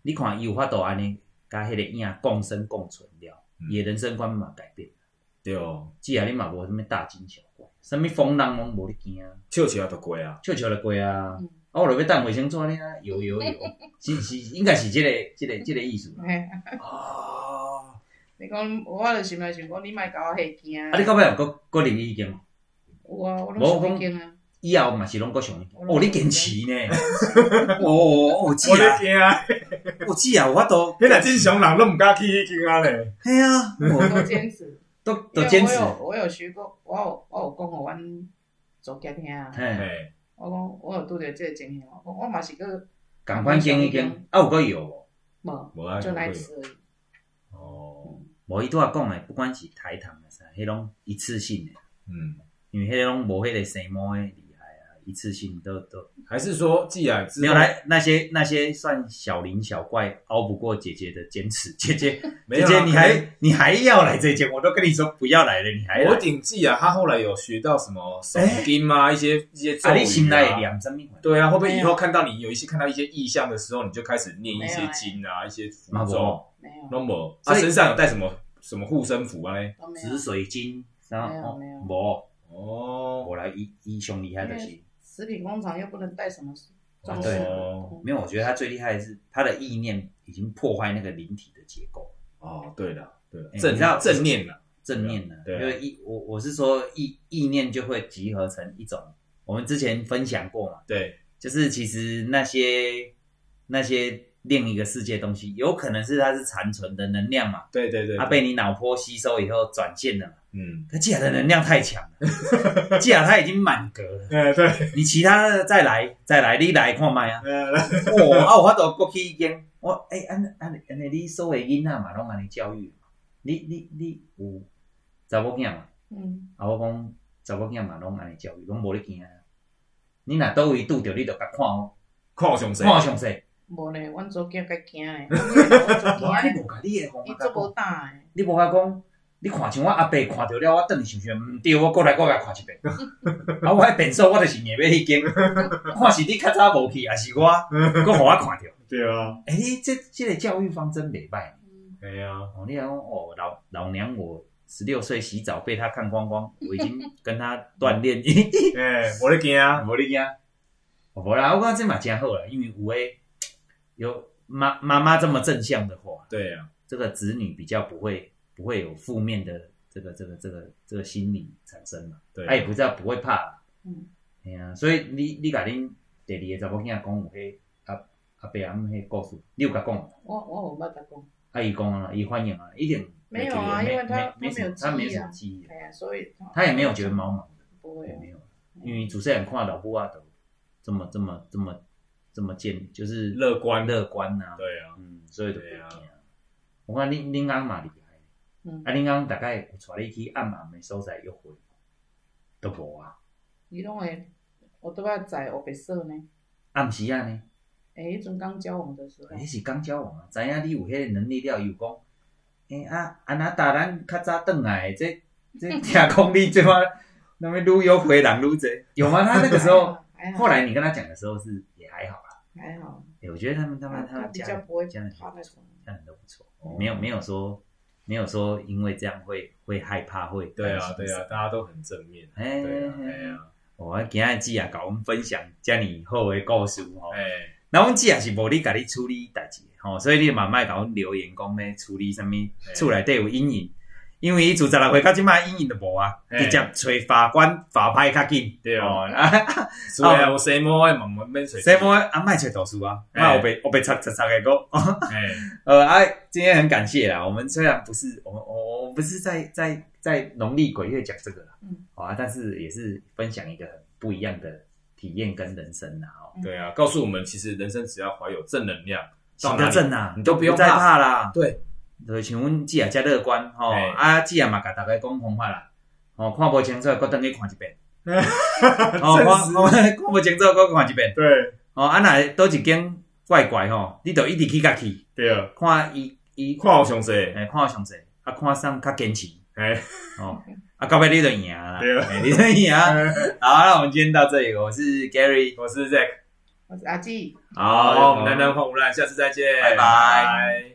S3: 你看伊有法度安尼，甲迄个影共生共存了，
S1: 嗯
S3: 伊、的人生观嘛改变。
S1: 对哦，
S3: 只啊，你嘛无什物大惊小怪，什物风浪拢无咧惊，
S1: 笑起来都贵啊，
S3: 笑笑就过啊。
S2: 嗯
S3: 啊，我落要等卫生纸咧啊，游游 *laughs* 游，是是应该是即、个即、个即、个意思。
S2: 嘿啊
S3: 嗯
S1: 哦，
S2: 你讲我就想来想讲，你莫甲我吓惊。
S3: 啊，你到尾有搁搁另一间无？
S2: 有啊，我
S3: 无
S2: 拢想惊啊。
S3: 以后嘛是拢搁上一间。
S2: 我
S3: 哦，
S2: 拢
S3: 你坚持呢？ *laughs* 哦哦哦，姐
S1: 我的
S3: 啊，
S1: 天啊，
S3: *laughs* 哦姐啊，有法度。
S1: 迄个正常人都唔敢去迄间啊咧，
S3: 嘿 *laughs* 啊，哎
S2: 我
S3: 我
S2: 都坚持，
S3: 都
S2: 因
S3: *laughs* 都
S2: 为
S3: 坚
S2: 我
S3: 持。
S2: 有我有学过，我有我有讲互阮总监听啊。
S3: 嘿，
S1: 哎，
S2: 我讲我有拄着即个情形，我讲我嘛是个
S3: 赶快建一间，啊有搁有无？
S2: 无，
S3: 哎
S1: 无啊，
S2: 就来吃而已。
S1: 哦，
S3: 无伊拄啊讲诶，不管是台糖诶啥，迄拢一次性诶，
S1: 嗯，
S3: 因为迄拢无迄个生毛诶厉害啊，一次性都都
S1: 还是说既然之
S3: 没有
S1: 后
S3: 来那些那些算小灵小怪，熬不过姐姐的坚持。 *laughs* 姐姐，
S1: 没
S3: 姐
S1: 有啊
S3: 姐，你
S1: 可
S3: 还你还要来这间？我都跟你说不要来了，你还
S1: 我
S3: 来？
S1: 顶记啊，他后来有学到什么手筋啊，一些一些咒
S3: 啊，你心
S1: 语
S3: 内会
S1: 啊。
S3: 念什么款？
S1: 对啊，会不会以后看到你有一些看到一些意象的时候，你就开始念一些经啊，一些符
S3: 嘛
S1: 咒
S3: 无，
S2: 没有，
S1: 拢无。
S3: 所
S1: 他
S3: 以
S1: 身上有带什么什么护身符啊？
S2: 都没有
S3: 紫。水晶，然
S2: 没有
S3: 后
S2: 没有
S3: 无，
S1: 哦，
S3: 我来伊伊上厉害的是，
S2: 食品工厂又不能带什么装
S3: 哎
S2: 饰。
S1: 哦
S3: 没有，我觉得他最厉害的是他的意念已经破坏那个灵体的结构。
S1: 哦，对了对了，
S3: 哎
S1: 正
S3: 你知道
S1: 正念了，
S3: 正念呢、
S1: 对啊
S3: 因为意我我是说意意念就会集合成一种，我们之前分享过嘛，
S1: 对，
S3: 就是其实那些那些另一个世界东西，有可能是它是残存的能量嘛，
S1: 对对对，
S3: 它被你脑波吸收以后转现了嘛，
S1: 嗯，
S3: 可既然的能量太强了，既然它已经满格了，
S1: 哎对，
S3: 你其他的再来再来，你来
S1: *laughs*
S3: 看卖啊，
S1: 哎来
S3: 哦，啊，有法度过去已经，我诶，安安安尼，你所有的囡仔嘛，拢安尼教育嘛，你你你有查某囝嘛？
S2: 嗯，
S3: 啊，我讲查某囝嘛，拢安尼教育，拢无咧惊。啊你若倒位拄着，你就甲看哦，
S1: 看我上谁？
S3: 看详细。
S2: 无呢，阮总监较
S3: *laughs*
S2: 惊呢，我
S3: 无啊，
S2: 们
S3: 你无甲你诶方
S2: 伊
S3: 法甲
S2: 做无
S3: 讲，
S2: 大诶，
S3: 你无甲讲，你看像我阿伯看着了，我等想想，毋对，我过来过来看一遍。 *laughs* 啊，我迄变数，我就是硬要迄间，看是你较早无去，还是我，佮互我看着。
S1: 对啊，
S3: 诶、你这这个教育方针袂歹。
S2: 嗯
S1: 哎呀，
S3: 哦，你讲哦，老老娘我十六岁洗澡被他看光光，我已经跟他锻炼。 *laughs*
S1: 哎，我在惊啊，
S3: 无你惊，无啦，我讲这嘛真好啦，因为有诶有妈妈妈这么正向的话，
S1: 对啊，
S3: 这个子女比较不会不会有负面的这个这个这个这个心理产生嘛，
S1: 对，啊
S3: 他哎也不知道不会怕啦，
S2: 嗯，
S3: 哎呀、所以你你甲恁第二个查某囝讲有迄阿阿伯阿姆迄故事，你有甲讲吗？
S2: 我我有捌甲讲，
S3: 啊，伊讲啊，伊欢迎啊，一定
S2: 没有啊
S3: 没
S2: 因为他
S3: 没没什么
S2: 他
S3: 他
S2: 没
S3: 没
S2: 有记忆
S3: 什么记忆
S2: 啊
S3: 啊，
S2: 哎呀，所以他
S3: 他也没有觉得毛毛的，
S2: 不会
S3: 也
S2: 啊，
S3: 没有。因为主持人看老布啊都这么这么这么这么健，就是
S1: 乐观
S3: 乐观呐、啊，
S1: 对啊，
S3: 嗯，所以就不
S1: 对
S3: 惊
S1: 啊。
S3: 我看恁恁翁嘛厉害，
S2: 嗯
S3: 啊，，恁翁大概有带你去暗暗的所在约会，都无啊，
S2: 伊拢会，我都要载黑白色呢。
S3: 暗时啊呢，
S2: 诶，迄阵刚交往的时候
S3: 迄，是刚交往啊，知影你有迄个能力了，伊有讲，诶、啊，安那搭咱较早转来的，这
S2: *laughs*
S3: 这听讲你这么那么愈约会人愈侪，有吗？他那个时候，
S2: 还好，
S3: 后来你跟他讲的时候是也还好啦，
S2: 还好，
S3: 诶我觉得他们他
S2: 他
S3: 们他
S2: 他
S3: 们
S2: 啊比
S3: 家
S2: 较不会
S3: 家人
S2: 怕那种。
S3: 这样都不错，没有没有说没有说因为这样会会害怕会
S1: 对
S3: 担
S1: 啊
S3: 心
S1: 对啊，大家都很正面，
S3: 哎
S1: 对啊，哎呀，
S3: 我哦今仔姊也甲阮分享遮尔好诶故事吼，
S1: 哎，
S3: 那阮姊也是无你甲你处理代志的吼，所以你嘛莫甲阮留言讲咧处理啥物厝内底有阴影，因为伊自十六岁到即摆阴影都无啊，
S1: 嘿
S3: 直接找法官法拍较紧，
S1: 对啊
S3: 吼 *laughs* 啊，
S1: 所以啊，我谁摸慢慢慢水，
S3: 所以我啊莫找导师啊，
S1: 嘿
S3: 莫我被我被插插插个讲。 *laughs*
S1: 哎，
S3: 呃，啊，今天很感谢啦。我们虽然不是，我们我我们不是在在在农历鬼月讲这个啦，
S2: 嗯，
S3: 好啊，但是也是分享一个很不一样的体验跟人生啦。哦，
S1: 对啊，告诉我们，其实人生只要怀有正能量，到
S3: 行
S1: 哪
S3: 得
S1: 里
S3: 正啊，
S1: 你都不用
S3: 再
S1: 怕
S3: 怕啦。
S1: 对，哎
S3: 就是像阮姐也遮乐观吼，
S1: 嘿
S3: 啊姐也嘛甲大家讲方法啦，吼看无清楚，搁等去看
S1: *laughs*
S3: 一遍。哦，看
S1: 证实
S3: 看看 *laughs* 无清楚，搁看一遍。
S1: 对
S3: 哦，啊若倒一间怪怪吼，你就一直去甲去，
S1: 对啊，
S3: 看伊伊
S1: 看我上谁？
S3: 诶，看有详细，啊，看上较坚持
S1: 哎，
S3: 哦，啊，到尾你就赢啦，
S1: 对
S3: 哎 *laughs* 你就赢啊。好，那我们今天到这里，我是 Gary，
S1: 我是 Zack，
S2: 啊我是阿纪。
S1: 好，我们男人话无烂，下次再见，
S3: 拜拜
S1: 拜